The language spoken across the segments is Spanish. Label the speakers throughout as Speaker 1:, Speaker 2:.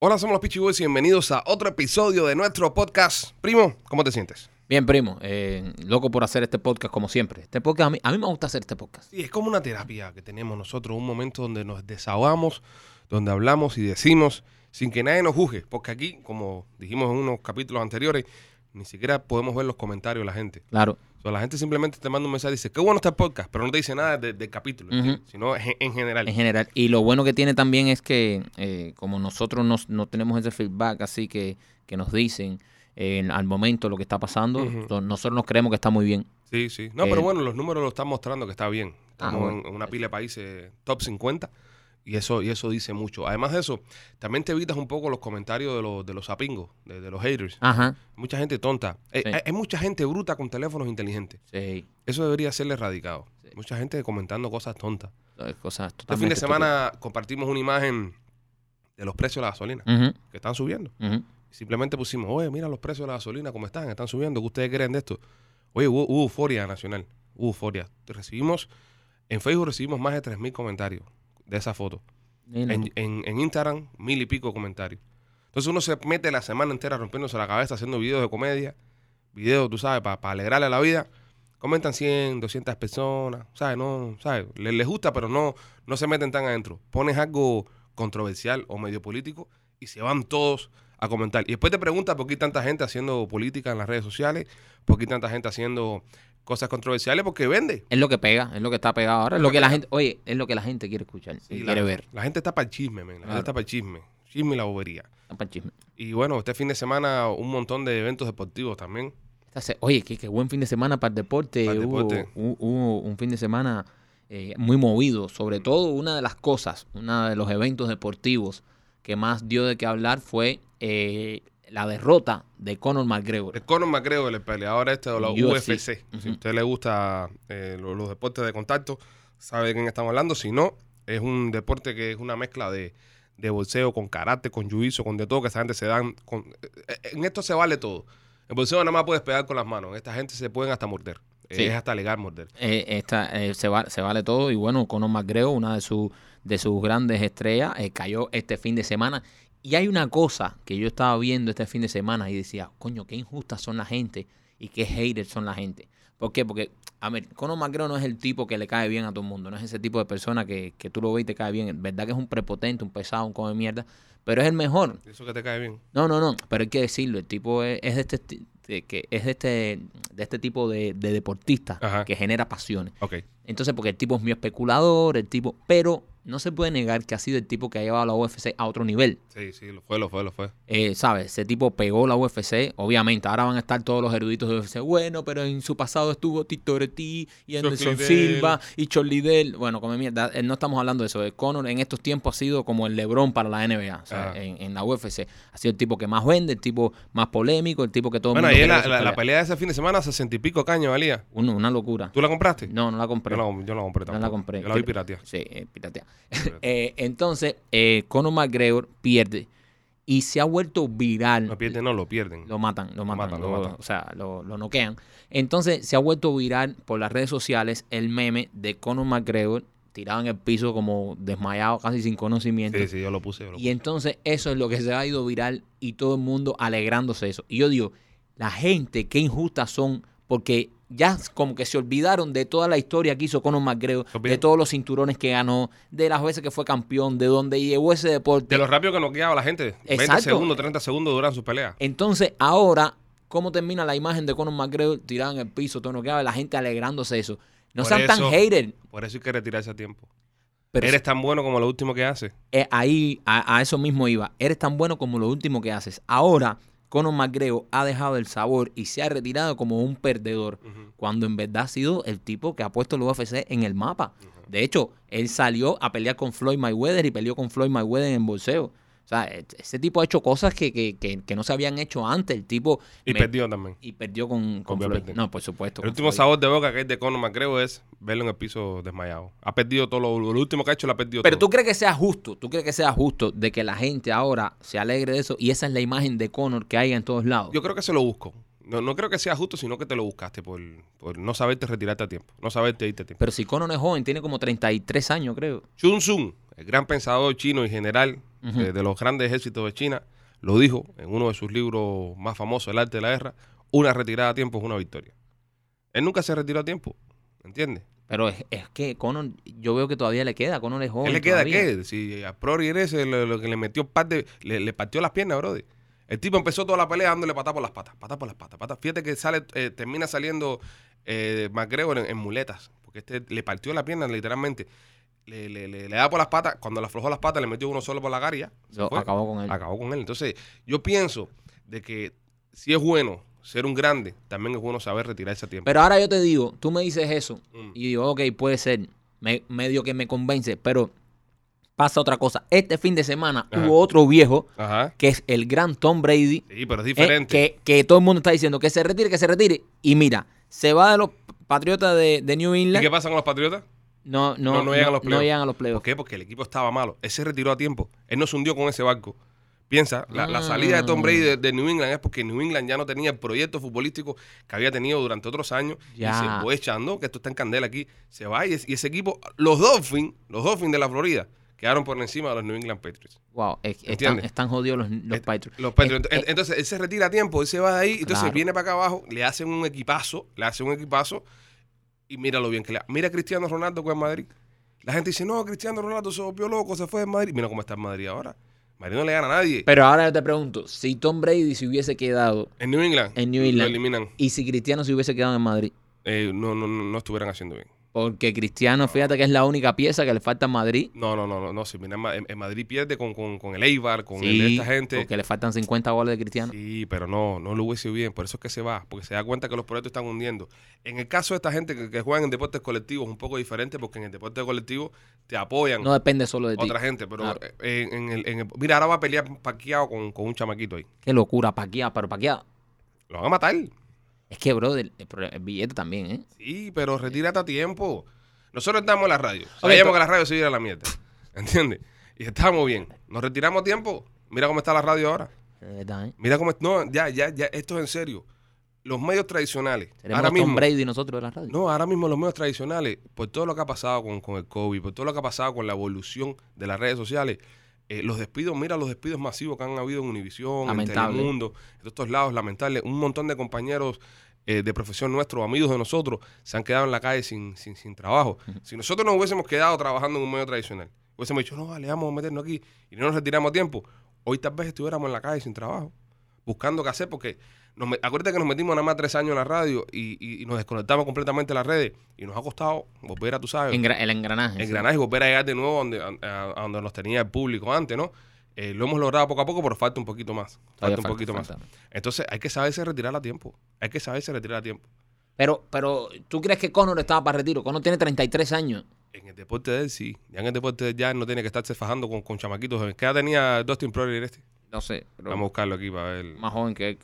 Speaker 1: Hola, somos los Peachy Boys y bienvenidos a otro episodio de nuestro podcast. Primo, ¿cómo te sientes?
Speaker 2: Bien, primo, eh, loco por hacer este podcast como siempre. Este podcast a mí, a mí me gusta hacer este podcast.
Speaker 1: Sí, es como una terapia que tenemos nosotros, un momento donde nos desahogamos, donde hablamos y decimos sin que nadie nos juzgue, porque aquí, como dijimos en unos capítulos anteriores, ni siquiera podemos ver los comentarios de la gente.
Speaker 2: Claro.
Speaker 1: O sea, la gente simplemente te manda un mensaje y dice, qué bueno está el podcast, pero no te dice nada de- del capítulo,
Speaker 2: Ujú.
Speaker 1: ¿entiendes? sino en, en general.
Speaker 2: En general. Y lo bueno que tiene también es que eh, como nosotros nos- no tenemos ese feedback así que, que nos dicen eh, al momento lo que está pasando,
Speaker 1: Ujú.
Speaker 2: so- nosotros nos creemos que está muy bien.
Speaker 1: Sí, sí. No,
Speaker 2: Eh,
Speaker 1: pero bueno, los números lo están mostrando que está bien.
Speaker 2: Ah,
Speaker 1: Estamos
Speaker 2: bueno.
Speaker 1: en una pila de países top 50 y eso y eso dice mucho. Además de eso, también te evitas un poco los comentarios de los, de los zapingos, de, de los haters.
Speaker 2: Ajá.
Speaker 1: Mucha gente tonta. Eh,
Speaker 2: Sí.
Speaker 1: hay, hay mucha gente bruta con teléfonos inteligentes.
Speaker 2: Sí.
Speaker 1: Eso debería ser erradicado.
Speaker 2: Sí.
Speaker 1: Mucha gente comentando cosas tontas.
Speaker 2: Eh, Cosas
Speaker 1: Este fin
Speaker 2: totalmente.
Speaker 1: de semana compartimos una imagen de los precios de la gasolina,
Speaker 2: estúpidas.
Speaker 1: que están subiendo.
Speaker 2: Ujú, ujú.
Speaker 1: Simplemente pusimos, oye, mira los precios de la gasolina, cómo están, están subiendo, ¿qué ustedes creen de esto? Oye, hubo, hubo euforia nacional, hubo euforia. Recibimos, en Facebook recibimos más de 3.000 comentarios de esa foto.
Speaker 2: Mira.
Speaker 1: En, en- en Instagram, mil y pico comentarios. Entonces uno se mete la semana entera rompiéndose la cabeza haciendo videos de comedia, videos, tú sabes, para alegrarle a la vida. Comentan 100, 200 personas, ¿sabes? No, ¿sabes? Les, les gusta, pero no, no se meten tan adentro. Pones algo controversial o medio político y se van todos a comentar. Y después te preguntas por qué hay tanta gente haciendo política en las redes sociales, por qué hay tanta gente haciendo cosas controversiales, porque vende.
Speaker 2: Es lo que pega, es lo que está pegado ahora, es lo que la gente, oye, es lo que la gente quiere escuchar,
Speaker 1: Sí,
Speaker 2: y
Speaker 1: la,
Speaker 2: quiere ver.
Speaker 1: la gente está para el chisme, men. La gente
Speaker 2: Claro.
Speaker 1: está para el chisme. Chisme y la bobería.
Speaker 2: Está pa'l chisme.
Speaker 1: Y bueno, este fin de semana un montón de eventos deportivos también.
Speaker 2: Esta se- Oye, qué, qué buen fin de semana para el deporte.
Speaker 1: Para el
Speaker 2: hubo,
Speaker 1: deporte.
Speaker 2: hu- hubo un fin de semana eh, muy movido. Sobre todo, una de las cosas, uno de los eventos deportivos que más dio de qué hablar fue eh, la derrota de Conor McGregor.
Speaker 1: El Conor McGregor, el peleador este de la
Speaker 2: UFC.
Speaker 1: UFC. Si a usted le gusta eh, lo- los, deportes de contacto, sabe de quién estamos hablando. Si no, es un deporte que es una mezcla de, de bolseo con karate, con juicio, con de todo, que esa gente se dan... Con, eh, en esto se vale todo. En bolseo nada más puedes pegar con las manos. En Esta gente se pueden hasta morder. Eh,
Speaker 2: Sí.
Speaker 1: Es hasta legal morder.
Speaker 2: Eh, esta, eh, se, va- se vale todo y bueno, Conor McGregor, una de, sus de sus grandes estrellas, eh, cayó este fin de semana. Y hay una cosa que yo estaba viendo este fin de semana y decía, coño, qué injustas son la gente y qué haters son la gente. ¿Por qué? Porque, a ver, Conor McGregor no es el tipo que le cae bien a todo el mundo, no es ese tipo de persona que, que tú lo ves y te cae bien. Verdad que es un prepotente, un pesado, un come mierda, pero es el mejor.
Speaker 1: Eso que te cae bien.
Speaker 2: No, no, no, pero hay que decirlo, el tipo es, es de este esti- de que es de este de este tipo de, de deportista
Speaker 1: Ajá.
Speaker 2: que genera pasiones.
Speaker 1: Ok.
Speaker 2: Entonces, porque el tipo es muy especulador, el tipo, pero no se puede negar que ha sido el tipo que ha llevado a la UFC a otro nivel.
Speaker 1: Sí, sí, lo fue, lo fue, lo fue.
Speaker 2: Eh, ¿Sabes? Ese tipo pegó la UFC, obviamente. Ahora van a estar todos los eruditos de UFC. Bueno, pero en su pasado estuvo Tito Ortiz y Anderson
Speaker 1: Lidell.
Speaker 2: Silva y Cholidel. Bueno, come mierda. eh, No estamos hablando de eso. Eh, Conor en estos tiempos ha sido como el Lebron para la NBA, o sea,
Speaker 1: Ah.
Speaker 2: en, en la UFC. Ha sido el tipo que más vende, el tipo más polémico, el tipo que todo el
Speaker 1: Bueno,
Speaker 2: mundo
Speaker 1: ayer la,
Speaker 2: quiere ver su
Speaker 1: la- la
Speaker 2: pelea.
Speaker 1: pelea de ese fin de semana, sesenta y pico caños valía.
Speaker 2: Una, una locura.
Speaker 1: ¿Tú la compraste?
Speaker 2: No, no la compré.
Speaker 1: Yo la, yo la compré
Speaker 2: No la
Speaker 1: tampoco.
Speaker 2: compré.
Speaker 1: Yo la vi
Speaker 2: Creo-
Speaker 1: piratea.
Speaker 2: Sí, eh, piratea. Eh, entonces, eh, Conor McGregor pierde y se ha vuelto viral.
Speaker 1: No pierden, no, lo pierden.
Speaker 2: Lo matan, lo matan,
Speaker 1: matan, lo
Speaker 2: lo-
Speaker 1: matan.
Speaker 2: o sea, lo, lo noquean. Entonces se ha vuelto viral por las redes sociales el meme de Conor McGregor tirado en el piso como desmayado, casi sin conocimiento.
Speaker 1: sí, sí, yo lo puse. yo lo
Speaker 2: Y entonces eso es lo que se ha ido viral y todo el mundo alegrándose de eso. Y yo digo, la gente, qué injustas son, porque ya como que se olvidaron de toda la historia que hizo Conor McGregor,
Speaker 1: Se olvidaron.
Speaker 2: de todos los cinturones que ganó, de las veces que fue campeón, de donde llevó ese deporte.
Speaker 1: De lo rápido que nos guiaba la gente. 20
Speaker 2: Exacto.
Speaker 1: segundos, 30 segundos duran sus peleas.
Speaker 2: Entonces ahora, ¿cómo termina la imagen de Conor McGregor tirada en el piso, todo noqueado, y la gente alegrándose de eso? No
Speaker 1: Por
Speaker 2: sean
Speaker 1: eso-
Speaker 2: tan haters.
Speaker 1: Por eso hay que retirarse a tiempo.
Speaker 2: Pero
Speaker 1: Eres tan bueno como lo último que haces.
Speaker 2: Eh, ahí a, a eso mismo iba. Eres tan bueno como lo último que haces. Ahora, Conor McGregor ha dejado el sabor y se ha retirado como un perdedor, cuando en verdad ha sido el tipo que ha puesto el UFC en el mapa. De hecho, él salió a pelear con Floyd Mayweather y peleó con Floyd Mayweather en bolseo. O sea, e- ese tipo ha hecho cosas que, que- que- que no se habían hecho antes. El tipo
Speaker 1: Y
Speaker 2: me-
Speaker 1: perdió también.
Speaker 2: y perdió con, con Floyd.
Speaker 1: Obviamente.
Speaker 2: No, por supuesto.
Speaker 1: El
Speaker 2: con
Speaker 1: último
Speaker 2: Floyd.
Speaker 1: sabor de boca que es de Conor McGregor es verlo en el piso desmayado. Ha perdido todo lo, lo último que ha hecho, lo ha perdido
Speaker 2: Pero tú
Speaker 1: todo.
Speaker 2: crees que sea justo, tú crees que sea justo de que la gente ahora se alegre de eso y esa es la imagen de Conor que hay en todos lados.
Speaker 1: Yo creo que se lo busco. No, no creo que sea justo, sino que te lo buscaste por, por no saberte retirarte a tiempo. No saberte irte a tiempo.
Speaker 2: Pero si Conor es joven, tiene como 33 años, creo.
Speaker 1: Chun Sun, el gran pensador chino y general eh,
Speaker 2: Ujú.
Speaker 1: de, de los grandes ejércitos de China, lo dijo en uno de sus libros más famosos, El arte de la guerra, una retirada a tiempo es una victoria. Él nunca se retiró a tiempo, ¿entiendes?
Speaker 2: Pero es, es que Conor, yo veo que todavía le queda, Conor es joven.
Speaker 1: ¿Qué le queda
Speaker 2: todavía.
Speaker 1: qué? Si a Prory era ese lo, lo que le metió par de- le, le partió las piernas, brother. El tipo empezó toda la pelea dándole patada por las patas, patada por las patas, patada. Fíjate que sale, eh, termina saliendo eh, McGregor en, en muletas, porque este le partió la pierna literalmente. Le, le- le- le da por las patas, cuando le aflojó las patas le metió uno solo por la cara y ya. se
Speaker 2: Lo
Speaker 1: fue. Ah.
Speaker 2: acabó con él.
Speaker 1: Acabó con él. Entonces, yo pienso de que si es bueno ser un grande, también es bueno saber retirarse a tiempo.
Speaker 2: Pero ahora yo te digo, tú me dices eso
Speaker 1: Mm.
Speaker 2: y digo, ok, puede ser, me- medio que me convence, pero pasa otra cosa. Este fin de semana
Speaker 1: Ajá.
Speaker 2: hubo otro viejo
Speaker 1: Ajá.
Speaker 2: que es el gran Tom Brady,
Speaker 1: Sí, pero es
Speaker 2: eh,
Speaker 1: diferente.
Speaker 2: que, que todo el mundo está diciendo que se retire, que se retire. Y mira, se va de los Patriotas de, de New
Speaker 1: ¿Y
Speaker 2: England.
Speaker 1: qué pasa con los patriotas?
Speaker 2: No, no,
Speaker 1: No, no llegan a los
Speaker 2: no
Speaker 1: playoffs.
Speaker 2: llegan a los playoffs.
Speaker 1: ¿Por qué? Porque el equipo estaba malo. Él se retiró a tiempo. Él no se hundió con ese barco. Piensa, la, la salida de Tom Brady de, de New England es porque New England ya no tenía el proyecto futbolístico que había tenido durante otros años.
Speaker 2: Ya.
Speaker 1: Y se fue echando, que esto está en candela aquí. Se va y, es- y ese equipo, los Dolphins, los Dolphins de la Florida, quedaron por encima de los New England Patriots.
Speaker 2: Wow, es- están,
Speaker 1: ¿Entiendes?
Speaker 2: están jodidos los, los
Speaker 1: Et-
Speaker 2: Patriots.
Speaker 1: Los Patriots.
Speaker 2: Eh, eh,
Speaker 1: Ent- Entonces, él se retira a tiempo, él se va de ahí, entonces
Speaker 2: Claro.
Speaker 1: viene para acá abajo, le hacen un equipazo, le hacen un equipazo y mira lo bien que le ha- Mira a Cristiano Ronaldo con el Madrid. La gente dice, no, Cristiano Ronaldo se volvió loco, se fue de Madrid. Mira cómo está el Madrid ahora. Madrid no le gana a nadie.
Speaker 2: pero ahora yo te pregunto, si Tom Brady se hubiese quedado
Speaker 1: en New England,
Speaker 2: en New
Speaker 1: lo
Speaker 2: England
Speaker 1: eliminan.
Speaker 2: y si Cristiano se hubiese quedado en Madrid,
Speaker 1: Eh, no, no, no, no estuvieran haciendo bien.
Speaker 2: porque Cristiano, fíjate que es la única pieza que le falta a Madrid.
Speaker 1: No, no, no, no, no. Si mira, en Ma- en, en Madrid pierde con, con, con el Eibar, con el de
Speaker 2: Sí,
Speaker 1: esta gente.
Speaker 2: Porque le faltan 50 goles de Cristiano.
Speaker 1: Sí, pero no, no lo hubiese bien. Por eso es que se va, porque se da cuenta que los proyectos están hundiendo. En el caso de esta gente que, que juegan en deportes colectivos, es un poco diferente, porque en el deporte colectivo te apoyan
Speaker 2: No depende solo de ti.
Speaker 1: otra gente. Pero
Speaker 2: Claro.
Speaker 1: eh, en, en el, en el- mira, ahora va a pelear paqueado con, con un chamaquito ahí.
Speaker 2: Qué locura, Paquia, pero Paquia.
Speaker 1: Lo van a matar.
Speaker 2: Es que, bro, el, el pro- el billete también, ¿eh?
Speaker 1: Sí, pero retírate a tiempo. Nosotros estamos en la radio.
Speaker 2: Ok,
Speaker 1: Sabíamos
Speaker 2: to-
Speaker 1: que la radio se iba a la mierda. ¿Entiendes? Y estamos bien. Nos retiramos a tiempo. Mira cómo está la radio ahora.
Speaker 2: De verdad, ¿eh?
Speaker 1: Mira cómo... es- No, ya, ya, ya. Esto es en serio. Los medios tradicionales.
Speaker 2: Seremos
Speaker 1: ahora
Speaker 2: Tom
Speaker 1: mismo,
Speaker 2: Brady y nosotros de la radio.
Speaker 1: No, ahora mismo los medios tradicionales, por todo lo que ha pasado con, con el COVID, por todo lo que ha pasado con la evolución de las redes sociales, eh, los despidos, mira los despidos masivos que han habido en Univisión, en
Speaker 2: Lamentable.
Speaker 1: Telemundo, en todos estos lados, lamentable. Un montón de compañeros eh, de profesión nuestros, amigos de nosotros, se han quedado en la calle sin, sin, sin trabajo. Si nosotros nos hubiésemos quedado trabajando en un medio tradicional, hubiésemos dicho, no, vale, vamos a meternos aquí y no nos retiramos a tiempo, hoy tal vez estuviéramos en la calle sin trabajo buscando qué hacer porque nos, me- acuérdate que nos metimos nada más tres años en la radio y, y- y nos desconectamos completamente de las redes y nos ha costado volver a, tú sabes,
Speaker 2: Engra- el engranaje. sí.
Speaker 1: engranaje y volver a llegar de nuevo a donde, a- a- a donde nos tenía el público antes, ¿no? Eh, lo hemos logrado poco a poco, pero falta un poquito más. Falta
Speaker 2: Todavía
Speaker 1: un
Speaker 2: falta,
Speaker 1: poquito
Speaker 2: falta.
Speaker 1: más. Entonces hay que saberse retirar a tiempo. Hay que saberse retirar a tiempo.
Speaker 2: Pero, pero, ¿tú crees que Conor estaba para retiro? Conor tiene 33 años.
Speaker 1: En el deporte de él sí. Ya en el deporte de él ya él no tiene que estarse fajando con, con chamaquitos. jóvenes. ¿Qué edad tenía Dustin Prodigy este?
Speaker 2: No sé, pero
Speaker 1: Vamos a buscarlo aquí para ver.
Speaker 2: más joven que él,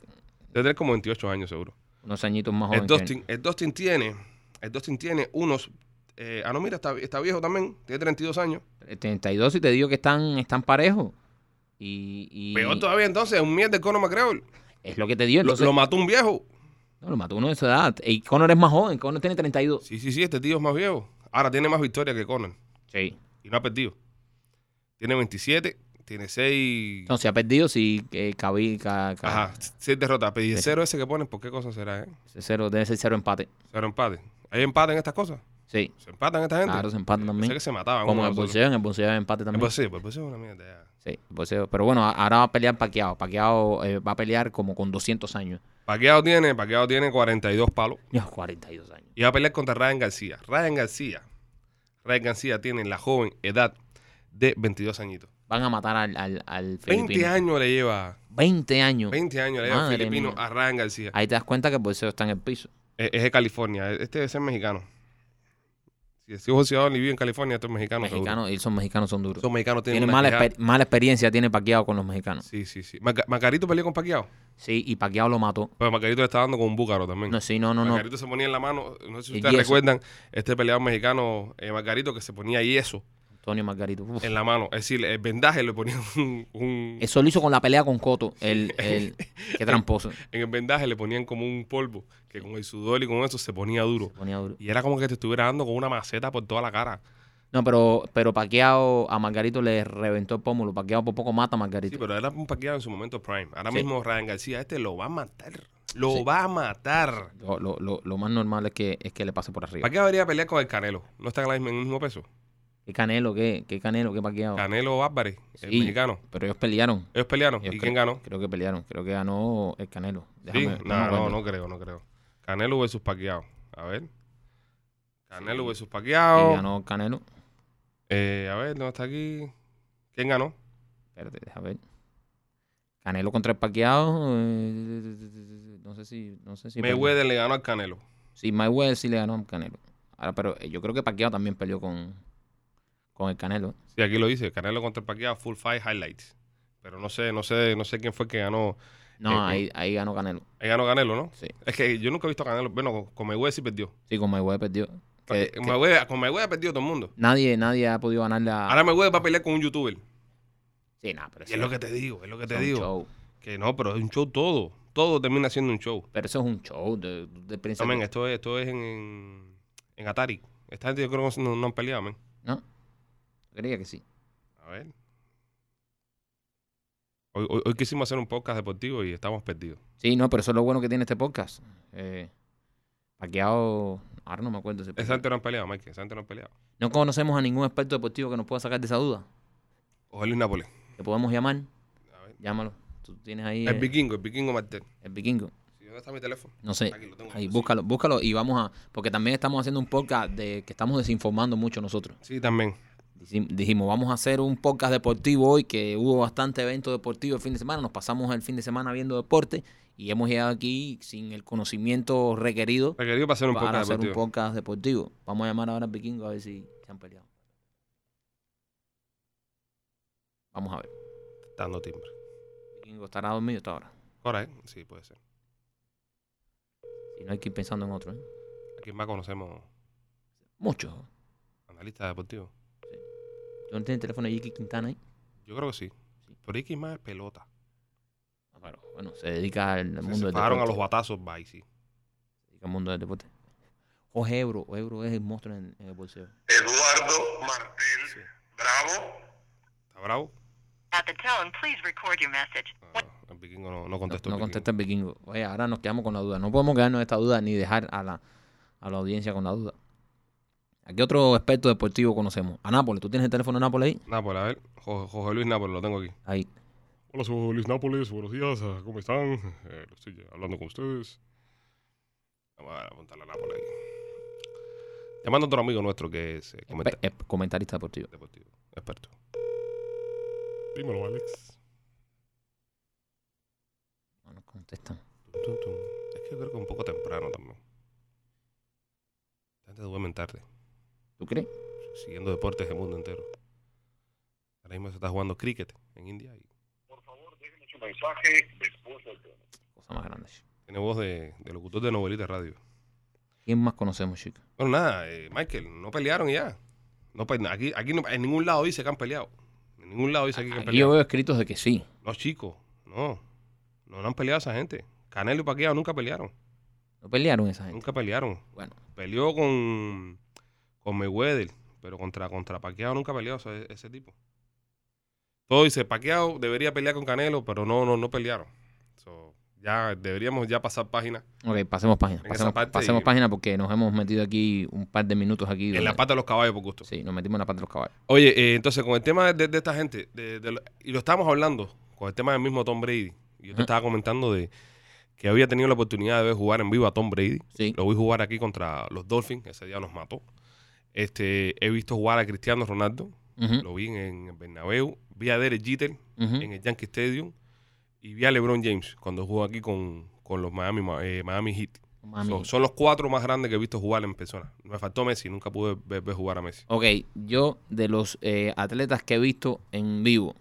Speaker 1: Debe tener como 28 años seguro.
Speaker 2: unos añitos más joven
Speaker 1: El
Speaker 2: que él.
Speaker 1: Dustin, el Dustin tiene, el Dustin tiene unos, eh, ah no mira, está, está viejo también, tiene 32 años.
Speaker 2: 32 Eh, y te digo que están, están parejos. Y, y
Speaker 1: Peor todavía entonces, un miel de Conor McGregor.
Speaker 2: es lo que te digo.
Speaker 1: Lo,
Speaker 2: Entonces,
Speaker 1: lo
Speaker 2: no, lo,
Speaker 1: mató un viejo.
Speaker 2: mató uno de su edad. Y Conor es más joven. Conor tiene 32.
Speaker 1: Sí, sí, sí, este tío es más viejo. Ahora tiene más victorias que Conor
Speaker 2: Sí.
Speaker 1: y no ha perdido. Tiene 27, tiene 6,
Speaker 2: No, se ha perdido si eh, Cabi- Ca- Ca-
Speaker 1: ajá, 6 derrotas. Pero y el cero ese que ponen, ¿por qué cosa será, eh?
Speaker 2: ese cero, debe ser cero empate.
Speaker 1: Cero empate. ¿Hay empate en estas cosas?
Speaker 2: Sí.
Speaker 1: ¿Se empatan esta gente?
Speaker 2: Claro, se empatan
Speaker 1: Pensé
Speaker 2: también.
Speaker 1: que se mataban.
Speaker 2: Como
Speaker 1: uno Eh, pues a
Speaker 2: en
Speaker 1: otro.
Speaker 2: el bolseo, en el bolseo hay empate
Speaker 1: El
Speaker 2: también.
Speaker 1: bolseo, el bolseo es una mierda ya.
Speaker 2: Sí, el bolseo. Pero bueno, a- ahora va a pelear Paqueado. Paqueado va a pelear como con 200 años.
Speaker 1: Paqueado tiene, Paqueado tiene 42 palos.
Speaker 2: Ya, 42 años.
Speaker 1: Y va a pelear contra Ryan García. Ryan García. Ryan García tiene la joven edad de 22 añitos.
Speaker 2: Van a matar al, al, al
Speaker 1: 20
Speaker 2: filipino.
Speaker 1: años le lleva.
Speaker 2: 20 años.
Speaker 1: 20 años le lleva el
Speaker 2: Madre
Speaker 1: filipino
Speaker 2: mía.
Speaker 1: a Ryan García. E-,
Speaker 2: Ahí te das cuenta que el bolseo está en el piso.
Speaker 1: Es, es de California. Este debe ser mexicano. Si es ciudadano y vive en California, esto es mexicano. seguro.
Speaker 2: Mexicanos, y son mexicanos, son duros.
Speaker 1: Estos mexicanos tienen
Speaker 2: Tiene
Speaker 1: una
Speaker 2: mala,
Speaker 1: quejada.
Speaker 2: exper- mala experiencia, tiene Paquiao con los mexicanos.
Speaker 1: Sí, sí, sí. Maca- Macarito peleó con Paquiao.
Speaker 2: Sí, y Paquiao lo mató.
Speaker 1: Pero Macarito le está dando con un búcaro también.
Speaker 2: No, sí, no, no, no.
Speaker 1: Margarito se ponía en la mano, no sé si
Speaker 2: El
Speaker 1: ustedes
Speaker 2: yeso.
Speaker 1: recuerdan, este peleador mexicano, eh, Margarito, que se ponía yeso
Speaker 2: Antonio Margarito. Uf.
Speaker 1: en la mano. Es decir, el vendaje le ponía un- un,
Speaker 2: Eso lo hizo con la pelea con Coto. El, el, qué tramposo.
Speaker 1: en el vendaje le ponían como un polvo que con el sudor y con eso se ponía duro.
Speaker 2: Ponía duro.
Speaker 1: Y era como que te estuviera dando con una maceta por toda la cara.
Speaker 2: No, pero, pero Paquiao a Margarito le reventó el pómulo. Paquiao por poco mata a Margarito.
Speaker 1: Sí, pero era un paqueado en su momento prime. Ahora
Speaker 2: Sí.
Speaker 1: mismo Ryan García, este lo va a matar. Lo
Speaker 2: Sí.
Speaker 1: va a matar.
Speaker 2: Lo, lo- lo- lo más normal es que, es que le pase por arriba.
Speaker 1: Paquiao debería pelear con el Canelo. No están en la misma- en el mismo peso.
Speaker 2: ¿Qué Canelo? ¿Qué, qué Canelo? ¿Qué Paquiao?
Speaker 1: Canelo Álvarez, el
Speaker 2: Sí.
Speaker 1: mexicano.
Speaker 2: Pero ellos pelearon.
Speaker 1: Ellos pelearon.
Speaker 2: Ellos
Speaker 1: ¿Y
Speaker 2: creo-
Speaker 1: quién ganó?
Speaker 2: Creo que pelearon. Creo que ganó el Canelo.
Speaker 1: Sí,
Speaker 2: Déjame- déjame
Speaker 1: no, no,
Speaker 2: verlo.
Speaker 1: no creo, no creo. Canelo versus Paquiao. A ver. Canelo
Speaker 2: Sí.
Speaker 1: versus
Speaker 2: Sí,
Speaker 1: Paquiao.
Speaker 2: ganó Canelo.
Speaker 1: Eh, a ver, no está aquí. ¿Quién ganó?
Speaker 2: Espérate, déjame ver. Canelo contra el Paquiao. eh, no sé si. No sé si perdió.
Speaker 1: Mayweather le ganó al Canelo.
Speaker 2: Sí, Mayweather sí le ganó a Canelo. Ahora, pero eh, yo creo que Pacquiao también peleó con, con el Canelo.
Speaker 1: Sí, aquí lo dice. Canelo contra Paquiao, full fight highlights. Pero no sé, no sé, no sé quién fue que ganó.
Speaker 2: No,
Speaker 1: Eh,
Speaker 2: ahí, ahí ganó Canelo.
Speaker 1: Ahí ganó Canelo, ¿no?
Speaker 2: Sí.
Speaker 1: Es que yo nunca he visto a Canelo. Bueno, con Mayweather sí perdió.
Speaker 2: Sí, con Mayweather perdió. Que-
Speaker 1: Porque
Speaker 2: que
Speaker 1: Mayweather- con Mayweather ha perdido todo el mundo.
Speaker 2: nadie, nadie ha podido ganarle a...
Speaker 1: Ahora Mayweather va a pelear con un youtuber.
Speaker 2: sí, nada, pero
Speaker 1: Y es lo que te digo, es lo que
Speaker 2: eso
Speaker 1: te
Speaker 2: es un
Speaker 1: digo.
Speaker 2: show.
Speaker 1: Que no, pero es un show todo. Todo termina siendo un show.
Speaker 2: Pero eso es un show de, de príncipe.
Speaker 1: No, men, esto es, esto es en, en, en Atari. Esta gente yo creo que no, no han peleado, men.
Speaker 2: No, creía que sí.
Speaker 1: A ver. Hoy, hoy- hoy quisimos hacer un podcast deportivo y estamos perdidos.
Speaker 2: Sí, no, pero eso es lo bueno que tiene este podcast. Eh, Pacquiao... Ahora no me acuerdo. si-
Speaker 1: Esa gente no han peleado, Mike. Esa gente no han peleado.
Speaker 2: No conocemos a ningún experto deportivo que nos pueda sacar de esa duda.
Speaker 1: Ojalá y Nápoles.
Speaker 2: Que podemos llamar.
Speaker 1: A ver.
Speaker 2: Llámalo. Tú tienes ahí
Speaker 1: El
Speaker 2: eh,
Speaker 1: vikingo, el vikingo Martel.
Speaker 2: el vikingo.
Speaker 1: Sí, ¿Dónde está mi teléfono?
Speaker 2: No sé.
Speaker 1: Aquí lo tengo.
Speaker 2: eh, Ahí,
Speaker 1: Sí.
Speaker 2: búscalo, búscalo y vamos a. Porque también estamos haciendo un podcast de que estamos desinformando mucho nosotros.
Speaker 1: Sí, también.
Speaker 2: Dijim- Dijimos, vamos a hacer un podcast deportivo hoy, que hubo bastante evento deportivo el fin de semana. Nos pasamos el fin de semana viendo deporte y hemos llegado aquí sin el conocimiento requerido
Speaker 1: Requerido para hacer un
Speaker 2: para
Speaker 1: podcast
Speaker 2: hacer
Speaker 1: deportivo.
Speaker 2: un podcast deportivo. Vamos a llamar ahora al vikingo a ver si se han peleado. Vamos a ver.
Speaker 1: Dando timbre.
Speaker 2: Vikingo estará dormido hasta ahora.
Speaker 1: Ahora, ¿eh? Sí, puede ser.
Speaker 2: Si no hay que ir pensando en otro, ¿eh?
Speaker 1: ¿A quién más conocemos?
Speaker 2: Muchos.
Speaker 1: Analista deportivo.
Speaker 2: ¿Tú no tienes el teléfono de Jiki Quintana ahí?
Speaker 1: Yo creo que sí.
Speaker 2: Sí.
Speaker 1: Pero hay que ir más pelota.
Speaker 2: Ah, Pero bueno, se dedica al
Speaker 1: Se
Speaker 2: mundo del
Speaker 1: separaron a
Speaker 2: deporte.
Speaker 1: los batazos, bye, sí.
Speaker 2: Se dedica al mundo del deporte. Jorge Ebro, Ebro es el monstruo en, en el bolseo.
Speaker 3: Eduardo Martel
Speaker 1: Sí.
Speaker 3: Bravo.
Speaker 1: ¿Está bravo?
Speaker 4: At the tone, please record your message.
Speaker 1: Ah, el vikingo no, no contestó.
Speaker 2: no
Speaker 1: el vikingo.
Speaker 2: contesta el vikingo. Oye, ahora nos quedamos con la duda. No podemos quedarnos en esta duda ni dejar a la, a la audiencia con la duda. ¿A qué otro experto deportivo conocemos? A Nápoles. ¿Tú tienes el teléfono de Nápoles ahí?
Speaker 1: Nápoles, pues, a ver. Jo- Jorge Luis Nápoles, lo tengo aquí.
Speaker 2: Ahí.
Speaker 5: Hola, soy José Luis Nápoles, buenos días, ah, ¿cómo están? Eh, estoy hablando con ustedes.
Speaker 1: Vamos a apuntarle a Nápoles aquí. Llamando a otro amigo nuestro que es eh, comenta-
Speaker 2: Pe- eh, comentarista deportivo.
Speaker 1: deportivo, experto.
Speaker 5: Dímelo, Alex.
Speaker 2: No nos contestan.
Speaker 1: Tum, tum, tum. Es que yo creo que es un poco temprano también. La gente duerme tarde,
Speaker 2: ¿Tú crees?
Speaker 1: siguiendo deportes del mundo entero. Ahora mismo se está jugando cricket en India y
Speaker 3: Por favor, déjenos su mensaje después del tono.
Speaker 2: Cosa más grande. chico.
Speaker 1: tiene voz de, de locutor de novelita radio.
Speaker 2: ¿Quién más conocemos, chicos?
Speaker 1: Bueno, nada, eh, Michael, no pelearon y ya. No, pe- aquí, aquí no- en ningún lado dice que han peleado. En ningún lado dice aquí que han
Speaker 2: Ah, yo
Speaker 1: peleado.
Speaker 2: veo escritos de que sí.
Speaker 1: No, chicos, no. no. No han peleado esa gente. Canelo y Pacquiao nunca pelearon.
Speaker 2: No pelearon esa gente.
Speaker 1: Nunca pelearon.
Speaker 2: Bueno.
Speaker 1: Peleó con, con Mayweather, pero contra, contra Pacquiao nunca peleó ese, ese tipo. Todo dice, Pacquiao debería pelear con Canelo, pero no, no, no pelearon. So, ya deberíamos ya pasar página.
Speaker 2: Ok, pasemos página.
Speaker 1: En esa
Speaker 2: Pasemos,
Speaker 1: parte-
Speaker 2: pasemos página porque nos hemos metido aquí un par de minutos aquí.
Speaker 1: En la
Speaker 2: donde-
Speaker 1: pata de los caballos, por gusto.
Speaker 2: Sí, nos metimos en la parte de los caballos.
Speaker 1: Oye, eh, entonces con el tema de, de esta gente, de- de lo- y lo estábamos hablando, con el tema del mismo Tom Brady. Yo te
Speaker 2: Ajá.
Speaker 1: estaba comentando de que había tenido la oportunidad de ver jugar en vivo a Tom Brady.
Speaker 2: Sí.
Speaker 1: Lo vi jugar aquí contra los Dolphins, ese día nos mató. Este, he visto jugar a Cristiano Ronaldo,
Speaker 2: Ujú,
Speaker 1: lo vi en, en el Bernabéu, vi a Derek Jeter
Speaker 2: ujú.
Speaker 1: en el Yankee Stadium y vi a LeBron James cuando jugó aquí con, con los Miami, Ma- eh, Miami Heat.
Speaker 2: Mami.
Speaker 1: So- son los cuatro más grandes que he visto jugar en persona. Me faltó Messi, nunca pude ver, ver jugar a Messi.
Speaker 2: Ok, yo de los eh, atletas que he visto en vivo,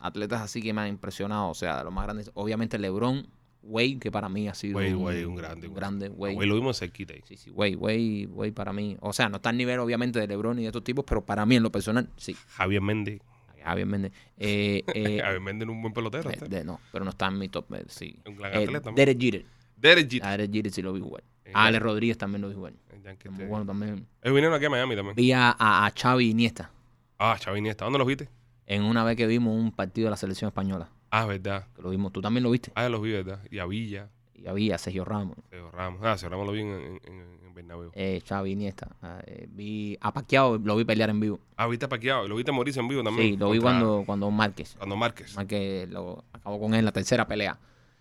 Speaker 2: atletas así que me han impresionado, o sea, de los más grandes, obviamente LeBron, Wade, que para mí ha sido
Speaker 1: Wade, Wade, un grande, un
Speaker 2: grande Wade.
Speaker 1: Hoy lo vimos cerquita ahí.
Speaker 2: Sí, sí, Wade, Wade, Wade para mí. O sea, no está al nivel obviamente de LeBron y de estos tipos, pero para mí en lo personal, sí. Ah,
Speaker 1: Javier Méndez.
Speaker 2: Javier Méndez. Eh, eh,
Speaker 1: Javier Méndez no es un buen pelotero.
Speaker 2: eh,
Speaker 1: este.
Speaker 2: de- no, pero no está en mi top, eh, sí.
Speaker 1: Un gran
Speaker 2: Eh,
Speaker 1: atleta.
Speaker 2: Derek Jeter.
Speaker 1: Derek Jeter. Eh,
Speaker 2: A Derek Jeter sí lo vi jugar.
Speaker 1: El
Speaker 2: Ale
Speaker 1: Yankee-
Speaker 2: Rodríguez también lo dijo él.
Speaker 1: el Yankee
Speaker 2: Muy
Speaker 1: este.
Speaker 2: bueno también.
Speaker 1: Ellos vinieron aquí a Miami también.
Speaker 2: Vi a, a, a Xavi Iniesta
Speaker 1: Ah, Xavi Iniesta. ¿Dónde los viste?
Speaker 2: en una vez que vimos un partido de la selección española.
Speaker 1: Ah, verdad.
Speaker 2: Que lo vimos. Tú también lo viste.
Speaker 1: Ah, los vi, ¿verdad? Y a Villa,
Speaker 2: Y había Sergio Ramos,
Speaker 1: Sergio Ramos. Ah, Sergio Ramos lo vi en, en, en- en Bernabéu.
Speaker 2: eh, Xavi Iniesta. ah, eh, vi a Pacquiao, lo vi pelear en vivo.
Speaker 1: Ah, viste a Pacquiao. Lo viste a Mauricio en vivo también.
Speaker 2: Sí, lo vi
Speaker 1: Contra- Ah,
Speaker 2: cuando, cuando Márquez.
Speaker 1: Cuando Márquez.
Speaker 2: Márquez lo acabó con él en la tercera pelea.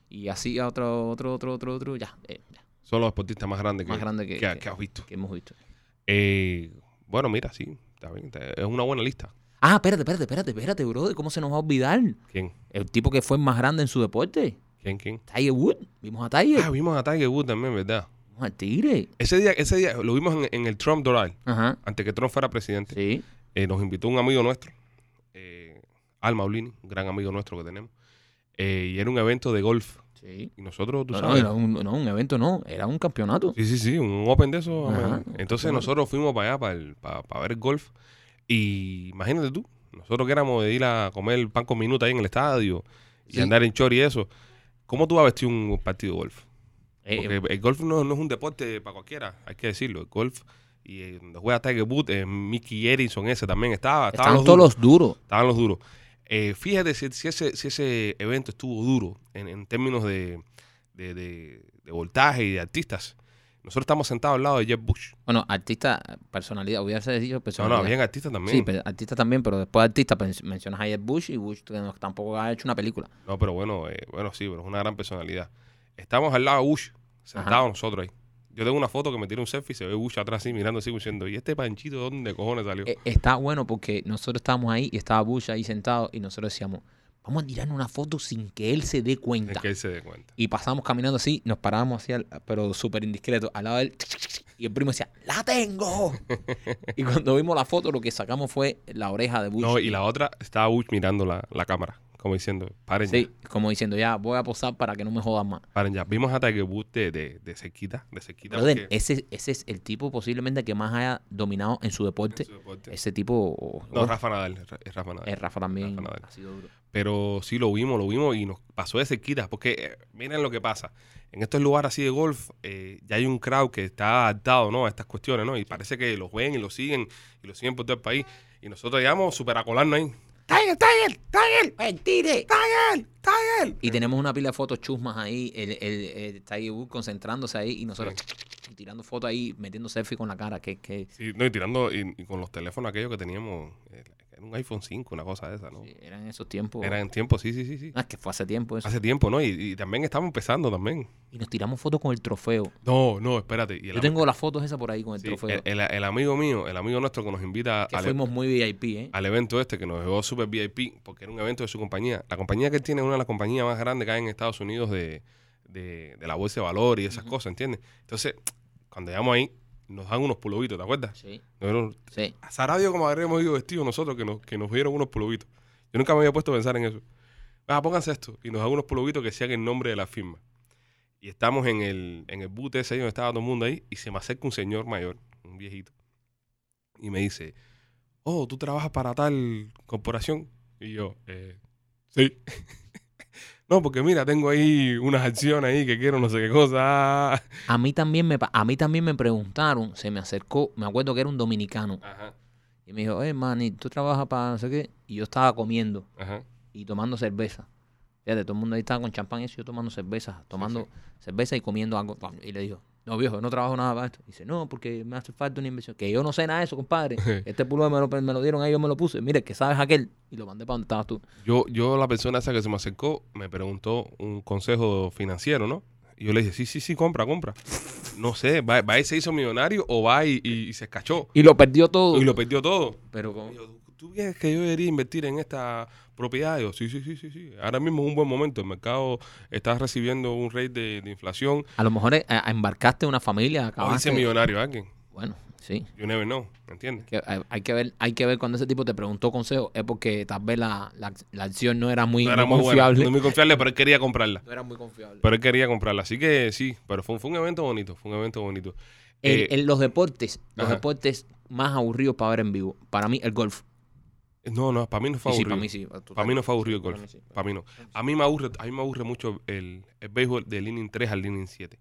Speaker 2: Y así a otro, otro, otro, otro, otro. Ya, eh, ya,
Speaker 1: Son los deportistas más grandes que,
Speaker 2: Más grandes que-
Speaker 1: que,
Speaker 2: que-
Speaker 1: que has visto.
Speaker 2: que hemos visto.
Speaker 1: Eh, bueno, mira, sí. Está bien. está- es una buena lista.
Speaker 2: Ah, espérate, espérate, espérate, espérate, bro. ¿Cómo se nos va a olvidar?
Speaker 1: ¿Quién?
Speaker 2: El tipo que fue el más grande en su deporte.
Speaker 1: ¿Quién? ¿Quién?
Speaker 2: Tiger Wood. Vimos a Tiger.
Speaker 1: Ah, vimos a Tiger Woods también, ¿verdad?
Speaker 2: Vimos al Tigre.
Speaker 1: Ese día, ese día lo vimos en, en el Trump Doral,
Speaker 2: Ajá.
Speaker 1: antes que Trump fuera presidente.
Speaker 2: Sí.
Speaker 1: Eh, nos invitó un amigo nuestro, eh, Al Maulini, un gran amigo nuestro que tenemos. Eh, y era un evento de golf.
Speaker 2: Sí.
Speaker 1: Y nosotros, tú
Speaker 2: No, no,
Speaker 1: sabes.
Speaker 2: era un, no, un evento no. Era un campeonato.
Speaker 1: Sí, sí, sí, un Open de eso.
Speaker 2: Ajá,
Speaker 1: man.
Speaker 2: un
Speaker 1: Entonces
Speaker 2: Open.
Speaker 1: nosotros fuimos para allá, para, el- para, para ver golf. Y imagínate tú, nosotros que éramos de ir a comer pan con minuta ahí en el estadio y
Speaker 2: Sí.
Speaker 1: andar en chor y eso. ¿Cómo tú vas a vestir un partido de golf?
Speaker 2: Eh,
Speaker 1: Porque el golf no, no es un deporte para cualquiera, hay que decirlo. El golf y eh, donde juega Tiger Woods, eh, Mickey Erickson ese también estaba. Estaban
Speaker 2: Estaban
Speaker 1: los
Speaker 2: todos
Speaker 1: duros.
Speaker 2: los duros.
Speaker 1: Estaban los duros. Eh, fíjate si, si ese, si ese evento estuvo duro en, en términos de, de, de- de voltaje y de artistas. Nosotros estamos sentados al lado de Jeff Bush.
Speaker 2: Bueno, artista, personalidad. Hubiese dicho
Speaker 1: No,
Speaker 2: personalidad.
Speaker 1: no, habían artistas también.
Speaker 2: Sí, pero artista también, pero después de artista pens- mencionas a Jeb Bush y Bush que no- tampoco ha hecho una película.
Speaker 1: No, pero bueno, eh, bueno, sí, pero es una gran personalidad. Estamos al lado de Bush, sentados nosotros ahí. Yo tengo una foto que me tira un selfie y se ve Bush atrás así mirando así diciendo, ¿y este panchito de dónde cojones salió?
Speaker 2: Eh, está bueno porque nosotros estábamos ahí y estaba Bush ahí sentado y nosotros decíamos, vamos a tirarnos una foto sin que él se dé
Speaker 1: Es
Speaker 2: cuenta.
Speaker 1: que él se dé cuenta.
Speaker 2: Y pasamos caminando así, nos parábamos así, al- pero súper indiscreto, al lado de él. Y el primo decía, ¡la tengo! y cuando vimos la foto, lo que sacamos fue la oreja de Bush.
Speaker 1: No, y la otra estaba Bush mirando la, la cámara, como diciendo, paren
Speaker 2: Sí,
Speaker 1: ya,
Speaker 2: como diciendo, ya voy a posar para que no me jodan más.
Speaker 1: paren ya. Vimos a Tiger Woods de, de, de cerquita, de cerquita.
Speaker 2: Brother,
Speaker 1: porque-
Speaker 2: ese, ese es el tipo posiblemente que más haya dominado en su deporte.
Speaker 1: su deporte.
Speaker 2: Ese tipo. o-
Speaker 1: No,
Speaker 2: o-
Speaker 1: Rafa Nadal, es Ra- es Rafa Nadal.
Speaker 2: Eh, Rafa también
Speaker 1: Rafa Nadal.
Speaker 2: ha sido duro.
Speaker 1: Pero sí lo vimos, lo vimos y nos pasó de cerquita. Porque eh, miren lo que pasa. En estos lugares así de golf, eh, ya hay un crowd que está adaptado ¿no? a estas cuestiones, ¿no? Y parece que los ven y los siguen y los siguen por todo el país. Y nosotros llegamos super a colarnos ahí.
Speaker 2: ¡Tiger, Tiger, Tiger! ¡Mentire! ¡Tiger, Tiger! Y tenemos una pila de fotos chusmas ahí, el, el, el Tiger Woods concentrándose ahí y nosotros tirando fotos ahí, metiendo selfie con la cara, que que
Speaker 1: Sí, no, y tirando y, y con los teléfonos aquellos que teníamos. eh, era un iPhone 5, una cosa de esa, ¿no?
Speaker 2: sí, eran esos tiempos.
Speaker 1: Era en tiempo, sí, sí, sí, sí.
Speaker 2: Ah, que fue hace tiempo eso.
Speaker 1: Hace tiempo, ¿no? Y, y también estamos empezando también.
Speaker 2: Y nos tiramos fotos con el trofeo.
Speaker 1: No, no, espérate. Y el,
Speaker 2: Yo tengo las fotos esas por ahí con el
Speaker 1: sí, eh,
Speaker 2: trofeo.
Speaker 1: el- el- el amigo mío, el amigo nuestro que nos invita
Speaker 2: que
Speaker 1: al-
Speaker 2: fuimos muy VIP, ¿eh?
Speaker 1: al evento este que nos llevó Super VIP porque era un evento de su compañía. La compañía que él tiene es una de las compañías más grandes que hay en Estados Unidos de, de- de la bolsa de valor y esas cosas, ¿entiendes? Entonces, cuando llegamos ahí, nos dan unos pulovitos, ¿te acuerdas?
Speaker 2: Sí,
Speaker 1: Nos dieron-
Speaker 2: sí.
Speaker 1: a Sarabio como habremos ido vestidos nosotros que nos, que nos dieron unos pulovitos. Yo nunca me había puesto a pensar en eso. Ah, pónganse esto. Y nos dan unos pulovitos que decían el nombre de la firma. Y estamos en el, en el boot ese ahí donde estaba todo el mundo ahí y se me acerca un señor mayor, un viejito. Y me dice, oh, tú trabajas para tal corporación. Y yo, eh, sí. no, porque mira, tengo ahí unas acciones ahí que quiero no sé qué cosa.
Speaker 2: A mí también me pa- a mí también me preguntaron, se me acercó, me acuerdo que era un dominicano
Speaker 1: Ajá,
Speaker 2: y me dijo, "Eh, mani, tú trabajas para no sé qué." Y yo estaba comiendo.
Speaker 1: ajá.
Speaker 2: y tomando cerveza. Fíjate, todo el mundo ahí estaba con champán y eso, yo tomando cerveza, tomando cerveza y comiendo algo. Y le digo, no viejo, yo no trabajo nada para esto. Y dice, no, porque me hace falta una inversión. Que yo no sé nada de eso, compadre. Este pulo me lo, me lo dieron ahí, yo me lo puse. Mire, que sabes aquel. Y lo mandé para donde estabas tú.
Speaker 1: Yo, yo, la persona esa que se me acercó, me preguntó un consejo financiero, ¿no? Y yo le dije, sí, sí, sí, compra, compra. No sé, va, va y se hizo millonario o va y, y- y se escachó
Speaker 2: Y lo perdió todo.
Speaker 1: y lo perdió todo.
Speaker 2: Pero con-
Speaker 1: Y yo, ¿Tú crees que yo debería invertir en esta propiedad? Y yo, sí, sí, sí, sí, sí. Ahora mismo es un buen momento. El mercado está recibiendo un rate de, de inflación.
Speaker 2: a lo mejor eh, a- embarcaste una
Speaker 1: O
Speaker 2: familia,
Speaker 1: hice
Speaker 2: acabaste.
Speaker 1: millonario a alguien.
Speaker 2: Bueno, sí.
Speaker 1: You never know, ¿entiendes?
Speaker 2: Que hay, hay que ver, hay que ver cuando ese tipo te preguntó consejo, es porque tal vez la, la, la acción no era muy,
Speaker 1: No era
Speaker 2: muy
Speaker 1: muy buena,
Speaker 2: confiable.
Speaker 1: no muy confiable, pero él quería comprarla.
Speaker 2: No era muy confiable.
Speaker 1: Pero él quería comprarla. Así que sí, pero fue, un- fue un evento bonito, fue un evento bonito.
Speaker 2: El-
Speaker 1: Eh,
Speaker 2: el- los deportes, los
Speaker 1: ajá.
Speaker 2: deportes más aburridos para ver en vivo. Para mí, el golf.
Speaker 1: No, no, para mí no fue
Speaker 2: Y sí,
Speaker 1: aburrido.
Speaker 2: para mí sí.
Speaker 1: Para mí no fue aburrido el
Speaker 2: para
Speaker 1: golf.
Speaker 2: mí sí.
Speaker 1: Para mí no. A mí me aburre, a mí me aburre mucho el, el béisbol del inning 3 al inning 7.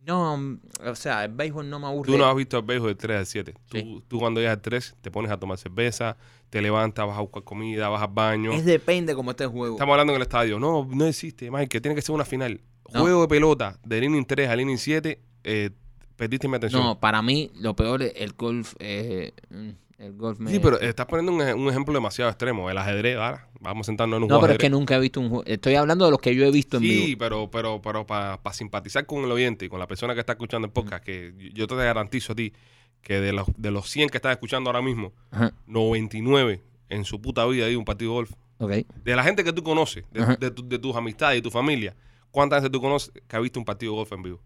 Speaker 2: No, mm, o sea, el béisbol no me aburre.
Speaker 1: Tú no has visto el béisbol del 3 al 7. Tú,
Speaker 2: Sí.
Speaker 1: tú cuando llegas al 3 te pones a tomar cerveza, te levantas, vas a buscar comida, vas al baño.
Speaker 2: Es depende cómo esté el juego.
Speaker 1: Estamos hablando en el estadio. No, no existe, que Tiene que ser una final.
Speaker 2: No.
Speaker 1: Juego de pelota del inning 3 al inning 7. Eh, perdiste mi atención.
Speaker 2: No, para mí lo peor es el golf. eh, mm, el golf me...
Speaker 1: Sí, pero estás poniendo un, un ejemplo demasiado extremo. El ajedrez, ahora. Vamos a sentarnos en un
Speaker 2: No,
Speaker 1: juego de
Speaker 2: pero es que
Speaker 1: ajedrez.
Speaker 2: nunca he visto un juego. Estoy hablando de los que yo he visto en
Speaker 1: Sí,
Speaker 2: vivo.
Speaker 1: pero, pero, pero para simpatizar con el oyente y con la persona que está escuchando el podcast, que yo- yo te garantizo a ti que de los, de los 100 que estás escuchando ahora mismo,
Speaker 2: Ajá,
Speaker 1: 99 en su puta vida ha ido a un partido de golf.
Speaker 2: ok.
Speaker 1: De la gente que tú conoces, de,
Speaker 2: Ajá.
Speaker 1: de tu- de tus amistades y tu familia, ¿cuántas veces tú conoces que ha visto un partido de golf en vivo?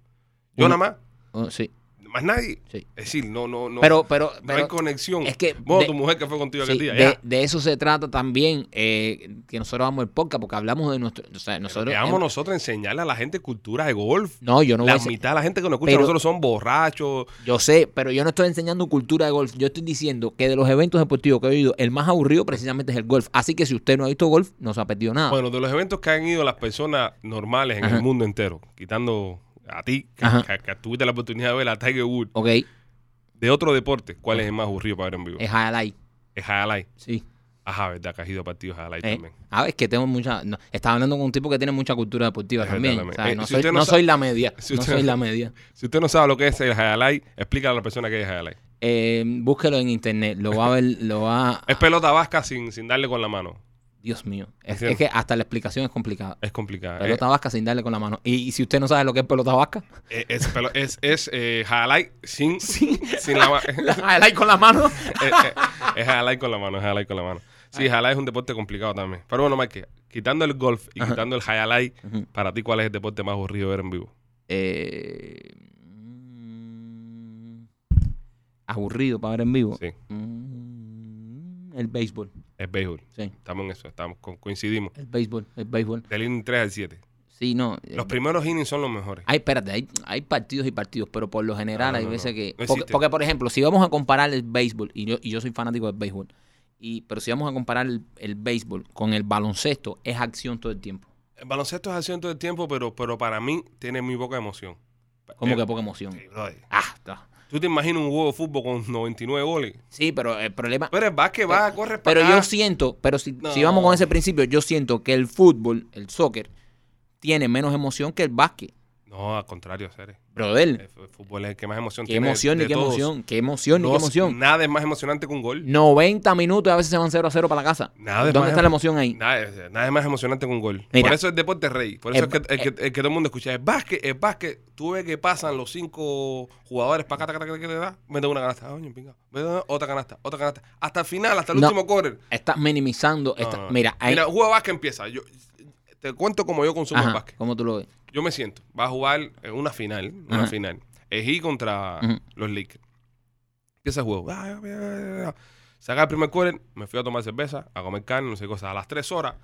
Speaker 1: Yo
Speaker 2: Uno.
Speaker 1: nada más,
Speaker 2: Oh, sí,
Speaker 1: más nadie.
Speaker 2: sí.
Speaker 1: Es decir, no, no, no.
Speaker 2: Pero, pero,
Speaker 1: no hay
Speaker 2: pero
Speaker 1: conexión.
Speaker 2: es que
Speaker 1: Vos,
Speaker 2: de-
Speaker 1: tu mujer que fue contigo
Speaker 2: sí,
Speaker 1: aquel día,
Speaker 2: de,
Speaker 1: ya.
Speaker 2: de eso se trata también eh, que nosotros vamos el podcast porque hablamos de nuestro. O sea, nosotros. em,
Speaker 1: Veamos nosotros enseñarle a la gente cultura de golf.
Speaker 2: No, yo no voy a
Speaker 1: la
Speaker 2: ser-
Speaker 1: mitad de la gente que nos escucha
Speaker 2: Pero-
Speaker 1: nosotros son borrachos.
Speaker 2: Yo sé, pero yo no estoy enseñando cultura de golf. Yo estoy diciendo que de los eventos deportivos que he oído, el más aburrido precisamente es el golf. Así que si usted no ha visto golf, no se ha perdido nada.
Speaker 1: Bueno, de los eventos que han ido las personas normales en
Speaker 2: Ajá.
Speaker 1: el mundo entero, quitando a ti, que,
Speaker 2: Ajá.
Speaker 1: que- que tuviste la oportunidad de ver a Tiger Woods,
Speaker 2: ok,
Speaker 1: de otro deporte, ¿cuál es el más aburrido para ver en vivo?
Speaker 2: es highlight.
Speaker 1: Es Highlight.
Speaker 2: Sí.
Speaker 1: Ajá, verdad, que has ido a partidos de Highlight
Speaker 2: Eh,
Speaker 1: también.
Speaker 2: ah, es que tengo mucha. no, estaba hablando con un tipo que tiene mucha cultura deportiva
Speaker 1: Es verdad
Speaker 2: también.
Speaker 1: también.
Speaker 2: o sea,
Speaker 1: Eh,
Speaker 2: no,
Speaker 1: si
Speaker 2: soy,
Speaker 1: usted no
Speaker 2: no
Speaker 1: sabe-
Speaker 2: soy la media.
Speaker 1: si
Speaker 2: no
Speaker 1: usted-
Speaker 2: soy la media.
Speaker 1: Si usted no sabe lo que es el highlight, explícale a la persona que es el highlight.
Speaker 2: Eh, búsquelo en internet. Lo va a ver. Lo va.
Speaker 1: Es pelota vasca sin, sin darle con la mano.
Speaker 2: Dios mío. Es,
Speaker 1: Entiendo.
Speaker 2: es que hasta la explicación es complicada.
Speaker 1: Es complicada.
Speaker 2: Pelota vasca sin darle con la mano. Y, y si usted no sabe lo que es pelota vasca,
Speaker 1: Eh, eh, es pelo- es, es, eh, highlight sin, sin la mano.
Speaker 2: la highlight con la mano.
Speaker 1: es highlight con la mano, es highlight con la mano. Sí, highlight es un deporte complicado también. Pero bueno, Mike, quitando el golf y quitando el highlight,
Speaker 2: Ujú.
Speaker 1: para ti, ¿cuál es el deporte más aburrido de ver en vivo?
Speaker 2: Eh, mm, aburrido para ver en vivo.
Speaker 1: Sí,
Speaker 2: Mm, el béisbol.
Speaker 1: es béisbol.
Speaker 2: Sí.
Speaker 1: Estamos en eso, estamos, co- coincidimos.
Speaker 2: El béisbol. El béisbol.
Speaker 1: Del inning 3 al 7.
Speaker 2: Sí, no. eh,
Speaker 1: Los primeros innings son los mejores.
Speaker 2: Hay, espérate, hay, hay partidos y partidos, pero por lo general
Speaker 1: No, no,
Speaker 2: hay
Speaker 1: no,
Speaker 2: veces
Speaker 1: no.
Speaker 2: que...
Speaker 1: No
Speaker 2: porque,
Speaker 1: existe.
Speaker 2: porque, por ejemplo, si vamos a comparar el béisbol, y yo, y yo soy fanático del béisbol, y, pero si vamos a comparar el, el béisbol con el baloncesto, es acción todo el tiempo.
Speaker 1: El baloncesto es acción todo el tiempo, pero, pero para mí tiene muy poca emoción.
Speaker 2: Como
Speaker 1: Eh,
Speaker 2: que poca emoción.
Speaker 1: sí, brother.
Speaker 2: Ah, está.
Speaker 1: ¿Tú te imaginas un juego de fútbol con 99 goles?
Speaker 2: Sí, pero el problema...
Speaker 1: Pero el básquet va, corre para
Speaker 2: Pero
Speaker 1: acá.
Speaker 2: yo siento, pero si,
Speaker 1: No.
Speaker 2: si vamos con ese principio, yo siento que el fútbol, el soccer, tiene menos emoción que el básquet.
Speaker 1: No, al contrario, Ceres. El
Speaker 2: Brother,
Speaker 1: f- el fútbol es el que más emoción
Speaker 2: qué
Speaker 1: Eh, tiene.
Speaker 2: emoción
Speaker 1: de
Speaker 2: y qué
Speaker 1: todos.
Speaker 2: emoción, qué emoción y
Speaker 1: No,
Speaker 2: qué emoción.
Speaker 1: Nada es más emocionante que un gol.
Speaker 2: 90 minutos y a veces se van 0 a 0 para la casa.
Speaker 1: Nada es
Speaker 2: ¿Dónde
Speaker 1: más
Speaker 2: está la emoción ahí?
Speaker 1: Nada, es- nada es más emocionante que un gol.
Speaker 2: Mira. Eh,
Speaker 1: por eso el deporte es rey. Por eso
Speaker 2: El
Speaker 1: es que, el, que, el que todo el mundo escucha. El básquet, el básquet. Tú ves que pasan los cinco jugadores para acá, taca, taca, taca, taca, mete una canasta. Ah, coño, pinga. Mete una- Otra canasta, otra canasta. Hasta el final, hasta el
Speaker 2: No.
Speaker 1: último correr.
Speaker 2: Estás minimizando.
Speaker 1: No,
Speaker 2: está-
Speaker 1: no, no.
Speaker 2: Mira, ahí.
Speaker 1: Mira, juega básquet empieza. Yo, te cuento como yo consumo el
Speaker 2: ajá,
Speaker 1: básquet. Mm.
Speaker 2: ¿Cómo tú lo ves?
Speaker 1: Yo me siento. Va a jugar en una final. Una
Speaker 2: Ajá.
Speaker 1: final. Ejí contra
Speaker 2: Ujú.
Speaker 1: los Lakers. Empieza el juego. Ah, ah, ah, ah. Saca el primer quarter. Me fui a tomar cerveza, a comer carne, no sé qué cosa. A las tres horas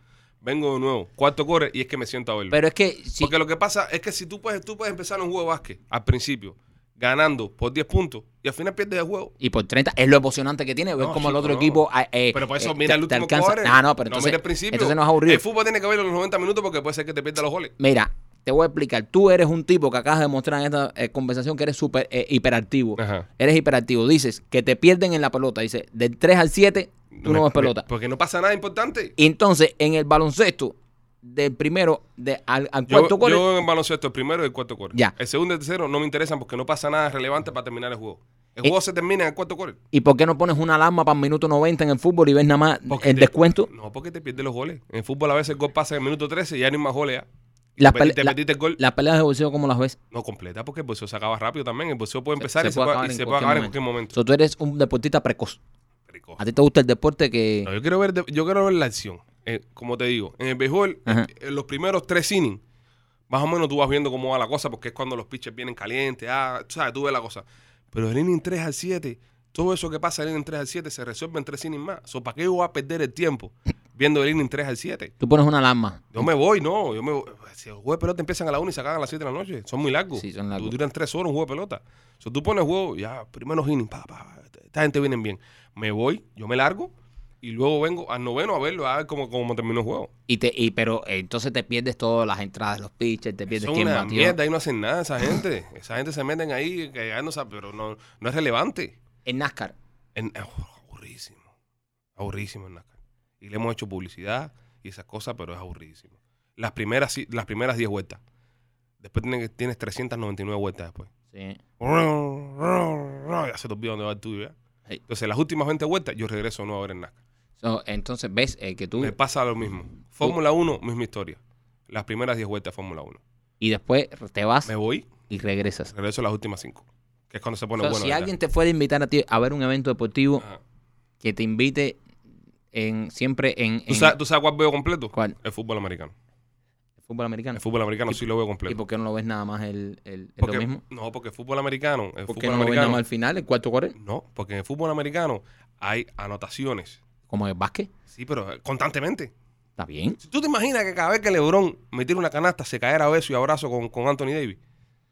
Speaker 1: vengo de nuevo. Cuarto quarter y es que me siento a verlo.
Speaker 2: Pero es que si,
Speaker 1: Porque lo que pasa es que si tú puedes, tú puedes empezar un juego de básquet al principio ganando por 10 puntos y al final pierdes el juego.
Speaker 2: y por 30 es lo emocionante que tiene ver
Speaker 1: No,
Speaker 2: cómo el
Speaker 1: chico,
Speaker 2: otro
Speaker 1: no.
Speaker 2: equipo. ah, eh,
Speaker 1: Pero por eso
Speaker 2: eh,
Speaker 1: mira
Speaker 2: te-
Speaker 1: el
Speaker 2: te
Speaker 1: último
Speaker 2: alcanza.
Speaker 1: quarter.
Speaker 2: Ah, no, pero entonces,
Speaker 1: mira el principio.
Speaker 2: entonces no es aburrido.
Speaker 1: El fútbol tiene que verlo en los 90 minutos porque puede ser que te pierdas los goles.
Speaker 2: Mira, te voy a explicar. Tú eres un tipo que acabas de mostrar en esta eh, conversación que eres súper eh, hiperactivo.
Speaker 1: Ajá.
Speaker 2: Eres hiperactivo. Dices que te pierden en la pelota. Dices, del 3 al 7, tú no
Speaker 1: Me-
Speaker 2: ves pelota.
Speaker 1: me- Porque no pasa nada importante.
Speaker 2: Y entonces, en el baloncesto, del primero de, al, al
Speaker 1: Yo,
Speaker 2: cuarto gol.
Speaker 1: yo en baloncesto el primero y el cuarto quarter.
Speaker 2: Ya.
Speaker 1: El segundo y el tercero no me interesan porque no pasa nada relevante para terminar el juego. El
Speaker 2: Eh,
Speaker 1: juego se termina en el cuarto quarter.
Speaker 2: ¿Y por qué no pones una alarma para el minuto 90 en el fútbol y ves nada más
Speaker 1: Porque
Speaker 2: el
Speaker 1: te-
Speaker 2: descuento?
Speaker 1: No, porque te pierdes los goles. En el fútbol a veces el gol pasa en el minuto 13 y ya no hay más goles. ya. Y
Speaker 2: Las
Speaker 1: te, pe-
Speaker 2: pele-
Speaker 1: y te
Speaker 2: la-
Speaker 1: perdiste el gol.
Speaker 2: Las peleas de boxeo, ¿cómo las ves?
Speaker 1: No completa porque el boxeo se acaba rápido también. El boxeo puede
Speaker 2: Se-
Speaker 1: empezar
Speaker 2: se
Speaker 1: y se
Speaker 2: puede
Speaker 1: puede,
Speaker 2: acabar
Speaker 1: y
Speaker 2: en
Speaker 1: se puede
Speaker 2: cualquier
Speaker 1: acabar en
Speaker 2: momento.
Speaker 1: cualquier momento.
Speaker 2: So, tú eres un deportista precoz.
Speaker 1: Rico.
Speaker 2: ¿A ti te gusta el deporte que...
Speaker 1: No, yo quiero ver, de- yo quiero ver la acción. Eh, como te digo, en el béisbol, eh,
Speaker 2: Ajá.
Speaker 1: en los primeros tres innings, más o menos tú vas viendo cómo va la cosa, porque es cuando los pitchers vienen calientes, ah, tú sabes, tú ves la cosa. Pero el inning 3 al 7, todo eso que pasa en el inning 3 al 7 se resuelve en tres innings más. So, ¿Para qué yo voy a perder el tiempo viendo el inning 3 al 7?
Speaker 2: Tú pones una alarma.
Speaker 1: Yo me voy, no. Yo me voy. Si los juegos de pelota empiezan a la 1 y se acaban a las 7 de la noche, son muy largos.
Speaker 2: Sí, son largos.
Speaker 1: Du- Duran 3 horas un juego de pelota. So, tú pones juego, ya, primeros innings, pa, pa, pa, esta gente viene bien. Me voy, yo me largo. y luego vengo al noveno a verlo, a ver cómo, cómo terminó el juego.
Speaker 2: Y te, y, pero eh, entonces te pierdes todas las entradas, los pitchers, te pierdes
Speaker 1: Son
Speaker 2: quién
Speaker 1: una
Speaker 2: batió.
Speaker 1: mierda y no hacen nada esa gente. esa gente se meten ahí, que ya no sabe, pero no, no es relevante.
Speaker 2: En NASCAR.
Speaker 1: En- aburrísimo. Aburrísimo en NASCAR. Y le hemos hecho publicidad y esas cosas, pero es aburrísimo. Las primeras sí- las primeras 10 vueltas. Después tienes, tienes 399 vueltas después.
Speaker 2: Sí.
Speaker 1: Ya se te olvida dónde va el tuyo ya.
Speaker 2: Sí.
Speaker 1: Entonces, las últimas 20 vueltas, yo regreso no a ver el NASCAR.
Speaker 2: So, entonces ves eh, que tú.
Speaker 1: Me pasa lo mismo. Fórmula 1, misma historia. Las primeras 10 vueltas de Fórmula 1.
Speaker 2: Y después te vas
Speaker 1: Me voy,
Speaker 2: y regresas.
Speaker 1: regreso a las últimas 5. Que es cuando se pone
Speaker 2: So,
Speaker 1: bueno.
Speaker 2: si
Speaker 1: ¿verdad?
Speaker 2: alguien te fuera a invitar a ti a ver un evento deportivo
Speaker 1: Ajá.
Speaker 2: que te invite en siempre en,
Speaker 1: ¿Tú,
Speaker 2: en
Speaker 1: sabes, tú sabes cuál veo completo?
Speaker 2: ¿Cuál?
Speaker 1: El fútbol americano.
Speaker 2: el fútbol americano.
Speaker 1: El fútbol americano sí lo veo completo.
Speaker 2: ¿Y por qué no lo ves nada más el, el, el
Speaker 1: Porque-
Speaker 2: lo mismo?
Speaker 1: No, porque el fútbol americano. El
Speaker 2: ¿Por qué
Speaker 1: fútbol
Speaker 2: no lo ves nada
Speaker 1: americano
Speaker 2: más al final, el cuarto cuarto?
Speaker 1: no, porque en el fútbol americano hay anotaciones.
Speaker 2: Como el básquet.
Speaker 1: Sí, pero eh, constantemente.
Speaker 2: Está bien.
Speaker 1: Si tú te imaginas que cada vez que LeBron metiera una canasta se caera a beso y abrazo con, con Anthony Davis.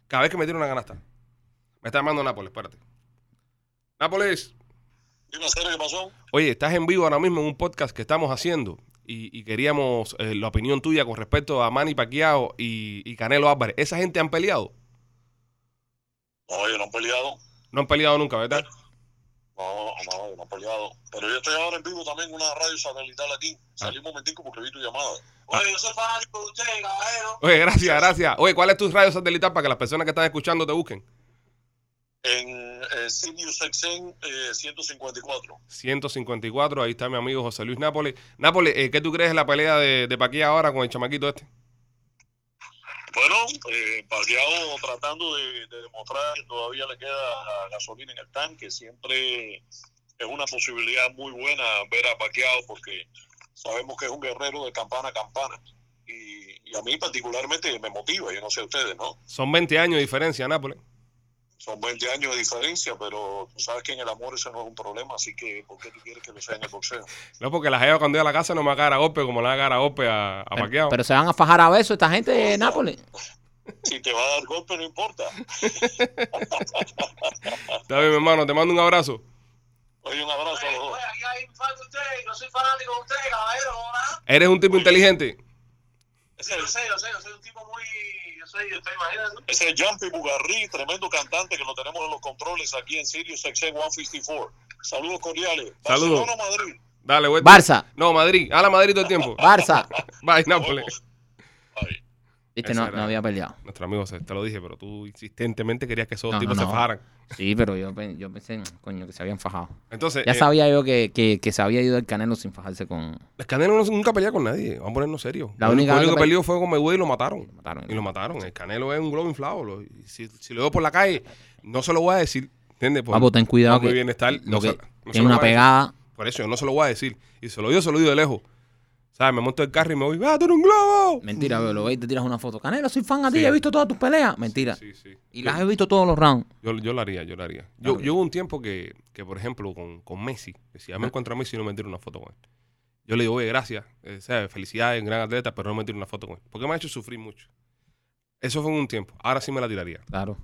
Speaker 1: Cada vez que metiera una canasta. Me está llamando Nápoles, espérate. Nápoles.
Speaker 3: Dime, Cero, ¿qué pasó?
Speaker 1: Oye, estás en vivo ahora mismo en un podcast que estamos haciendo y, y queríamos eh, la opinión tuya con respecto a Manny Pacquiao y, y Canelo Álvarez. ¿Esa gente han peleado?
Speaker 3: No, yo no he peleado.
Speaker 1: No han peleado nunca, ¿verdad?
Speaker 3: No, no, yo no he peleado. Pero yo estoy ahora en vivo también en una radio satelital aquí. Salí un momentico porque vi tu llamada. Oye, yo soy fanático de usted, caballero.
Speaker 1: Oye, gracias, gracias. Oye, ¿cuál es tu radio satelital para que las personas que están escuchando te busquen?
Speaker 3: En eh, Sirius XM eh, 154.
Speaker 1: 154, ahí está mi amigo José Luis Nápoles. Nápoles, eh, ¿qué tú crees de la pelea de, de Pacquiao ahora con el chamaquito este?
Speaker 3: Bueno, eh, Pacquiao tratando de, de demostrar que todavía le queda gasolina en el tanque. Siempre es una posibilidad muy buena ver a Pacquiao porque sabemos que es un guerrero de campana a campana. Y, y a mí particularmente me motiva, yo no sé ustedes, ¿no?
Speaker 1: Son 20 años de diferencia, Nápoles.
Speaker 3: Son 20 años de diferencia, pero tú sabes que en el amor ese no es un problema, así que ¿por qué tú quieres que lo sea en el boxeo?
Speaker 1: No, porque la jeva cuando iba a la casa no me va a caer a golpe como le va a caer a golpe a, a
Speaker 2: Pero,
Speaker 1: Pacquiao.
Speaker 2: pero se van a fajar a beso esta gente de Nápoles.
Speaker 3: Si te va a dar golpe, no importa.
Speaker 1: Está bien, mi hermano, te mando un abrazo.
Speaker 3: Oye, un abrazo a los dos.
Speaker 6: aquí hay un fan de ustedes, yo soy fanático de ustedes, caballero, ¿no?
Speaker 1: Eres un tipo inteligente.
Speaker 6: Sí, yo sé, yo sé, yo soy un tipo muy. Yo soy, yo estoy, imagínate. tú.
Speaker 3: Ese es Jumpy Bugarri, tremendo cantante que lo tenemos en los controles aquí en Sirius XM 154. Saludos cordiales.
Speaker 1: Saludos.
Speaker 3: Barcelona, Madrid.
Speaker 1: Dale, güey.
Speaker 2: Barça,
Speaker 1: No, Madrid. A la Madrid todo el tiempo.
Speaker 2: Barça.
Speaker 1: Bye, Nápoles.
Speaker 3: Ay,
Speaker 2: Viste,
Speaker 1: Esa
Speaker 2: no,
Speaker 1: era-
Speaker 2: no había peleado.
Speaker 1: Nuestro amigo, se- te lo dije, pero tú insistentemente querías que esos
Speaker 2: No,
Speaker 1: tipos
Speaker 2: no,
Speaker 1: se
Speaker 2: no.
Speaker 1: fajaran.
Speaker 2: Sí, pero yo, pen- yo pensé, coño, que se habían fajado.
Speaker 1: Entonces,
Speaker 2: Ya
Speaker 1: eh,
Speaker 2: sabía yo que, que, que se había ido el Canelo sin fajarse con...
Speaker 1: el Canelo no- nunca pelea con nadie. Vamos a ponernos serios.
Speaker 2: La
Speaker 1: Lo único
Speaker 2: única vez
Speaker 1: que
Speaker 2: que pe-
Speaker 1: peleó fue con Mayweather y lo mataron.
Speaker 2: mataron.
Speaker 1: Y lo mataron. El Canelo es un globo inflado. lo- y si, si lo veo por la calle, no se lo voy a decir. ¿Entiendes? Por-
Speaker 2: Papo, ten cuidado
Speaker 1: por mi
Speaker 2: que,
Speaker 1: bienestar,
Speaker 2: lo
Speaker 1: no
Speaker 2: que
Speaker 1: se- no se
Speaker 2: tiene
Speaker 1: lo
Speaker 2: una
Speaker 1: voy a decir.
Speaker 2: pegada.
Speaker 1: Por eso yo no se lo voy a decir. Y se lo digo, se lo digo de lejos. ¿Sabes? Me monto el carro y me voy. ¡Ah, tú eres un globo!
Speaker 2: Mentira, veo, lo ves y te tiras una foto. Canelo, soy fan a ti,
Speaker 1: Sí.
Speaker 2: he visto todas tus peleas. Mentira.
Speaker 1: Sí, sí.
Speaker 2: Y
Speaker 1: Yo-
Speaker 2: las he visto todos los rounds.
Speaker 1: Yo, yo lo haría, yo lo haría. Yo,
Speaker 2: ok.
Speaker 1: yo hubo un tiempo que, que por ejemplo, con, con Messi, que si ya me encuentro a Messi, no me tiro una foto con él. Yo le digo, oye, gracias, eh, ¿sabes? felicidades, gran atleta, pero no me tiro una foto con él. Porque me ha hecho sufrir mucho. Eso fue un tiempo. Ahora sí me la tiraría.
Speaker 2: Claro.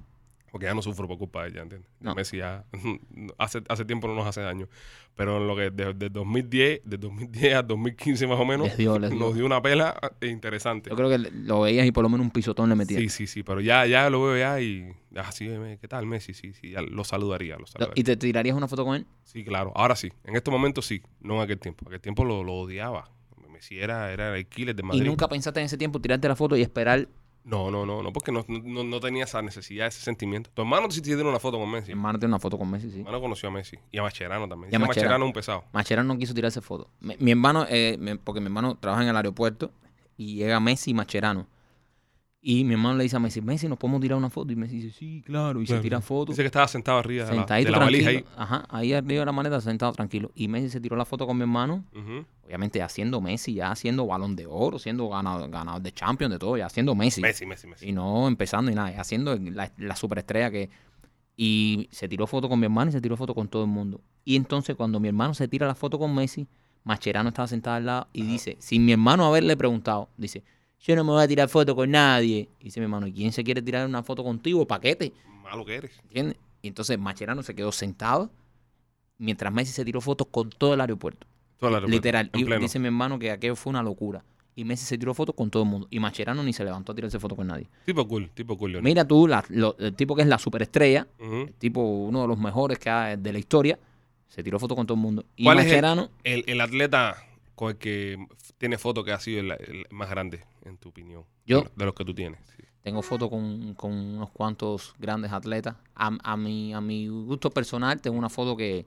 Speaker 1: Porque ya no sufro por culpa de ella, ¿entiendes?
Speaker 2: No.
Speaker 1: Messi ya hace, hace tiempo no nos hace daño. Pero en lo que desde 2010, de 2010 a 2015 más o menos,
Speaker 2: Les dio, les dio.
Speaker 1: nos dio una pela eh, interesante.
Speaker 2: Yo creo que lo veías y por lo menos un pisotón le metías.
Speaker 1: Sí, sí, sí, pero ya, ya lo veo ya y así, ¿qué tal Messi? Sí, sí, ya lo saludaría, lo
Speaker 2: Lo-
Speaker 1: saludaría.
Speaker 2: ¿Y te tirarías una foto con él?
Speaker 1: Sí, claro. Ahora sí. En este momento sí. No en aquel tiempo. Aquel tiempo lo, lo odiaba. Messi era, era el killer de Madrid.
Speaker 2: ¿Y nunca pensaste en ese tiempo tirarte la foto y esperar?
Speaker 1: No, no, no, no, porque no, no, no tenía esa necesidad, ese sentimiento. Tu hermano sí tiene una foto con Messi. Mi
Speaker 2: Hermano, tiene una foto con Messi, sí.
Speaker 1: hermano conoció a Messi. Y a Macherano también.
Speaker 2: Mm. Y a
Speaker 1: Dice,
Speaker 2: Mascherano.
Speaker 1: Mascherano es un pesado.
Speaker 2: Machera no quiso tirarse foto. Mi, mi hermano, eh, mi- porque mi hermano trabaja en el aeropuerto y llega Messi y Macherano. Y mi hermano le dice a Messi, Messi, ¿nos podemos tirar una foto? Y Messi dice, sí, claro. Y se tira foto.
Speaker 1: Dice que estaba sentado arriba de la,
Speaker 2: Sentadito
Speaker 1: de la valija ahí.
Speaker 2: tranquilo. Ajá, ahí arriba de la maleta, sentado tranquilo. Y Messi se tiró la foto con mi hermano.
Speaker 1: Ujú.
Speaker 2: Obviamente, haciendo Messi, ya haciendo balón de oro, siendo ganador, ganador de Champions, de todo, ya haciendo Messi.
Speaker 1: Messi, Messi, Messi.
Speaker 2: Y no empezando y nada, ya haciendo la, la superestrella que... Y se tiró foto con mi hermano y se tiró foto con todo el mundo. Y entonces cuando mi hermano se tira la foto con Messi, Mascherano estaba sentado al lado y dice, sin mi hermano haberle preguntado, dice, yo no me voy a tirar foto con nadie. Y dice mi hermano, ¿y quién se quiere tirar una foto contigo, paquete?
Speaker 1: Malo que eres.
Speaker 2: ¿Entiendes? Y entonces Mascherano se quedó sentado mientras Messi se tiró fotos con todo el aeropuerto.
Speaker 1: Toda la República,
Speaker 2: Literal.
Speaker 1: en
Speaker 2: Y
Speaker 1: pleno.
Speaker 2: dice mi hermano que aquello fue una locura. Y Messi se tiró fotos con todo el mundo. Y Mascherano ni se levantó a tirarse fotos con nadie.
Speaker 1: Tipo cool, tipo cool, Leonel.
Speaker 2: Mira tú, la- lo- el tipo que es la superestrella,
Speaker 1: Ujú.
Speaker 2: el tipo uno de los mejores que ha- de la historia, se tiró fotos con todo el mundo. Y
Speaker 1: ¿Cuál es el-
Speaker 2: Mascherano,
Speaker 1: El, el atleta con el que tiene foto que ha sido el, el más grande, en tu opinión.
Speaker 2: Yo.
Speaker 1: De los- De los que tú tienes. sí.
Speaker 2: tengo fotos con, con unos cuantos grandes atletas. A, a, mi, a mi gusto personal, tengo una foto que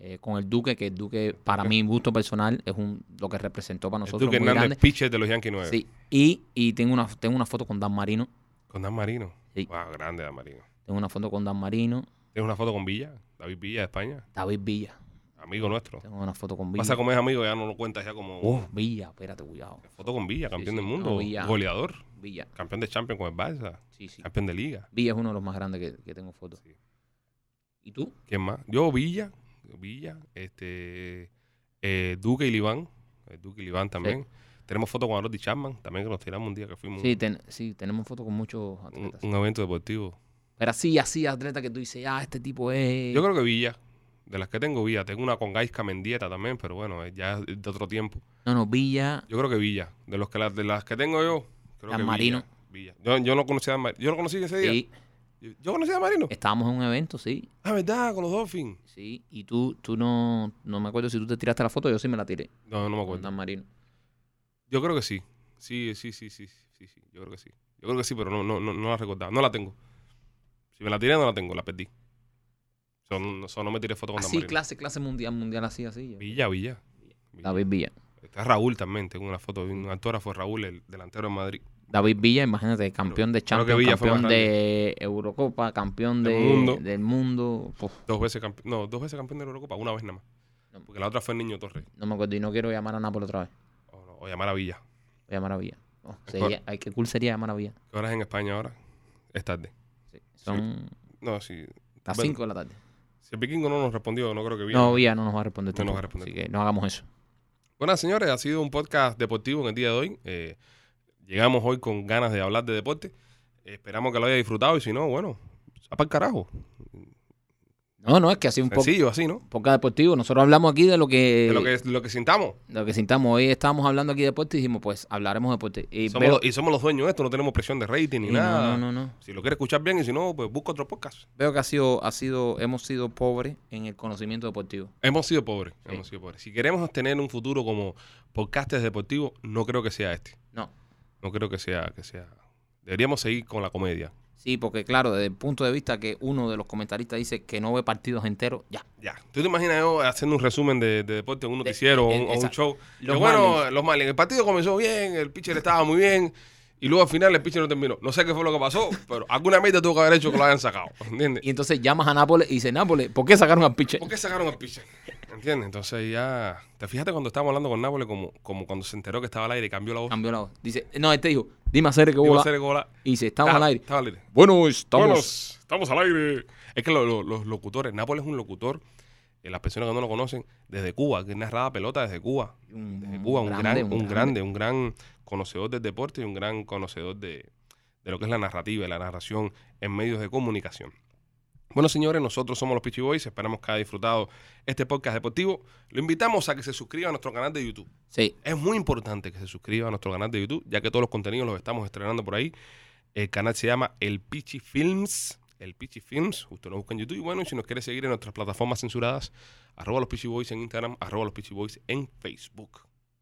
Speaker 2: eh, con el Duque, que el Duque, para mi gusto personal, es un, lo que representó para
Speaker 1: El
Speaker 2: nosotros.
Speaker 1: Duque
Speaker 2: muy
Speaker 1: Hernández,
Speaker 2: grande.
Speaker 1: pitcher de los Yankees 9.
Speaker 2: Sí. Y, y tengo, una, tengo una foto con Dan Marino.
Speaker 1: Con Dan Marino.
Speaker 2: Sí.
Speaker 1: Wow, grande Dan Marino.
Speaker 2: Tengo una foto con Dan Marino.
Speaker 1: Tienes una foto con Villa, David Villa de España,
Speaker 2: David Villa.
Speaker 1: amigo nuestro.
Speaker 2: Tengo una foto con Villa.
Speaker 1: Pasa como es amigo, ya no lo cuentas ya como
Speaker 2: Oh, Villa, espérate, cuidado.
Speaker 1: foto con Villa, campeón
Speaker 2: sí,
Speaker 1: del mundo,
Speaker 2: no, Villa.
Speaker 1: goleador,
Speaker 2: Villa.
Speaker 1: campeón de Champions con el Barça,
Speaker 2: Sí, sí.
Speaker 1: campeón de Liga.
Speaker 2: Villa es uno de los más grandes que, que tengo fotos.
Speaker 1: Sí.
Speaker 2: ¿Y tú?
Speaker 1: ¿Quién más? Yo, Villa, Villa, este eh, Duque y Liván, eh, Duque y Liván también. Tenemos fotos con Arodi Chapman, también que nos tiramos un día que fuimos
Speaker 2: Sí, ten- sí tenemos fotos con muchos
Speaker 1: a un,
Speaker 2: atletas.
Speaker 1: un evento deportivo.
Speaker 2: Pero así, así, atleta que tú dices, ah, este tipo es...
Speaker 1: Yo creo que Villa, de las que tengo Villa, tengo una con Gaisca Mendieta también, pero bueno, eh, ya es de otro tiempo.
Speaker 2: No, no, Villa...
Speaker 1: Yo creo que Villa. De los que las de las que tengo yo, creo
Speaker 2: Dan
Speaker 1: que
Speaker 2: Marino.
Speaker 1: Villa. Villa. Yo, yo no conocía a Dan Marino. Yo lo conocí ese día.
Speaker 2: Sí, Eh.
Speaker 1: Yo- Yo conocí a Dan Marino.
Speaker 2: estábamos en un evento, sí.
Speaker 1: Ah, verdad, con los Dolphins.
Speaker 2: Sí, y tú, tú no... No me acuerdo si tú te tiraste la foto, yo sí me la tiré.
Speaker 1: No, no me
Speaker 2: Con
Speaker 1: acuerdo.
Speaker 2: Dan Marino.
Speaker 1: Yo creo que sí. Sí, sí, sí, sí, sí, sí. Yo creo que sí. Yo creo que sí, pero no, no, no, no la recordaba. No la tengo. Si me la tiré, no la tengo, la perdí. O sea, no, o sea, no me tiré foto con Dan
Speaker 2: Así,
Speaker 1: Marino.
Speaker 2: clase, clase mundial, mundial, así, así. yo.
Speaker 1: Villa, Villa. Villa.
Speaker 2: David Villa.
Speaker 1: Está Raúl también, tengo una foto. Un actora fue Raúl, el delantero de Madrid.
Speaker 2: David Villa, imagínate, campeón de
Speaker 1: creo que
Speaker 2: Champions,
Speaker 1: Villa fue
Speaker 2: campeón
Speaker 1: más
Speaker 2: de Eurocopa, campeón
Speaker 1: Del
Speaker 2: de,
Speaker 1: mundo.
Speaker 2: del mundo. Puf,
Speaker 1: Dos veces campeón. No, dos veces campeón de la Eurocopa, una vez nada más.
Speaker 2: No.
Speaker 1: Porque la otra fue el niño Torres.
Speaker 2: no me acuerdo y no quiero llamar a Napoli otra vez.
Speaker 1: O, no, o llamar a Villa.
Speaker 2: Voy a llamar a Villa. Oh, sería, ay, qué cool sería llamar a Villa.
Speaker 1: ¿Qué horas en España ahora? Es tarde.
Speaker 2: Son
Speaker 1: No, si,
Speaker 2: las
Speaker 1: Bueno.
Speaker 2: 5 de la tarde.
Speaker 1: si el vikingo no nos respondió, no creo que viene.
Speaker 2: No, Villa no nos va a responder
Speaker 1: No nos va a
Speaker 2: tampoco,
Speaker 1: responder
Speaker 2: Así que no hagamos eso.
Speaker 1: Bueno, Pues señores, ha sido un podcast deportivo en el día de hoy. Eh, llegamos hoy con ganas de hablar de deporte. Esperamos que lo haya disfrutado y si no, bueno, para el carajo.
Speaker 2: No, no, es que así un poco. Eh,
Speaker 1: Sencillo, así, ¿no?
Speaker 2: Poca deportivo, nosotros hablamos aquí de lo que,
Speaker 1: De lo que, lo que sintamos.
Speaker 2: lo que sintamos. Hoy estábamos hablando aquí de deporte y dijimos, pues hablaremos de deporte. Y
Speaker 1: Y somos,
Speaker 2: veo-
Speaker 1: los, y somos los dueños de esto, no tenemos presión de rating ni
Speaker 2: y no,
Speaker 1: nada.
Speaker 2: no, no, no.
Speaker 1: Si lo quieres escuchar bien y si no, pues busca otro podcast.
Speaker 2: Veo que ha sido, ha sido, hemos sido pobres en el conocimiento deportivo.
Speaker 1: Hemos sido pobres,
Speaker 2: Sí.
Speaker 1: hemos sido pobres. Si queremos tener un futuro como podcastes deportivos, no creo que sea este.
Speaker 2: No,
Speaker 1: No creo que sea, que sea. Deberíamos seguir con la comedia.
Speaker 2: Sí, porque claro, desde el punto de vista que uno de los comentaristas dice que no ve partidos enteros, ya.
Speaker 1: Ya. ¿Tú te imaginas yo haciendo un resumen de, de deporte en un noticiero o
Speaker 2: en-
Speaker 1: un, o un
Speaker 2: esa-
Speaker 1: show?
Speaker 2: los
Speaker 1: Que bueno,
Speaker 2: Marlins.
Speaker 1: los Marlins. El partido comenzó bien, el pitcher estaba muy bien. Y luego al final el pitcher no terminó. No sé qué fue lo que pasó, pero alguna meta tuvo que haber hecho que lo hayan sacado. ¿Entiendes?
Speaker 2: Y entonces llamas a Nápoles y dices, Nápoles, ¿por qué sacaron al pitcher?
Speaker 1: ¿Por qué sacaron al pitcher? ¿Entiendes? Entonces ya. ¿Te fijaste cuando estábamos hablando con Nápoles como, como cuando se enteró que estaba al aire y cambió la voz?
Speaker 2: Cambió la voz. Dice, no, este dijo, dime hacer que
Speaker 1: Iba a
Speaker 2: bola.
Speaker 1: hacer el gol.
Speaker 2: Y dice, estamos al aire.
Speaker 1: Estaba al aire.
Speaker 2: Bueno, estamos.
Speaker 5: Buenos, estamos al aire.
Speaker 1: Es que lo- lo- los locutores, Nápoles es un locutor, eh, las personas que no lo conocen, desde Cuba, que narraba pelota desde Cuba.
Speaker 2: Un
Speaker 1: Desde Cuba, un,
Speaker 2: Mm, grande,
Speaker 1: gran,
Speaker 2: un
Speaker 1: un grande, un gran conocedor del deporte y un gran conocedor de, de lo que es la narrativa y la narración en medios de comunicación. Bueno, señores, nosotros somos los Pitchy Boys. Esperamos que haya disfrutado este podcast deportivo. Lo invitamos a que se suscriba a nuestro canal de YouTube.
Speaker 2: Sí,
Speaker 1: Es muy importante que se suscriba a nuestro canal de YouTube, ya que todos los contenidos los estamos estrenando por ahí. El canal se llama El Pichi Films. El Pichi Films. Usted lo busca en YouTube. Y bueno, y si nos quiere seguir en nuestras plataformas censuradas, arroba los Pichi Boys en Instagram, arroba los Pichi Boys en Facebook.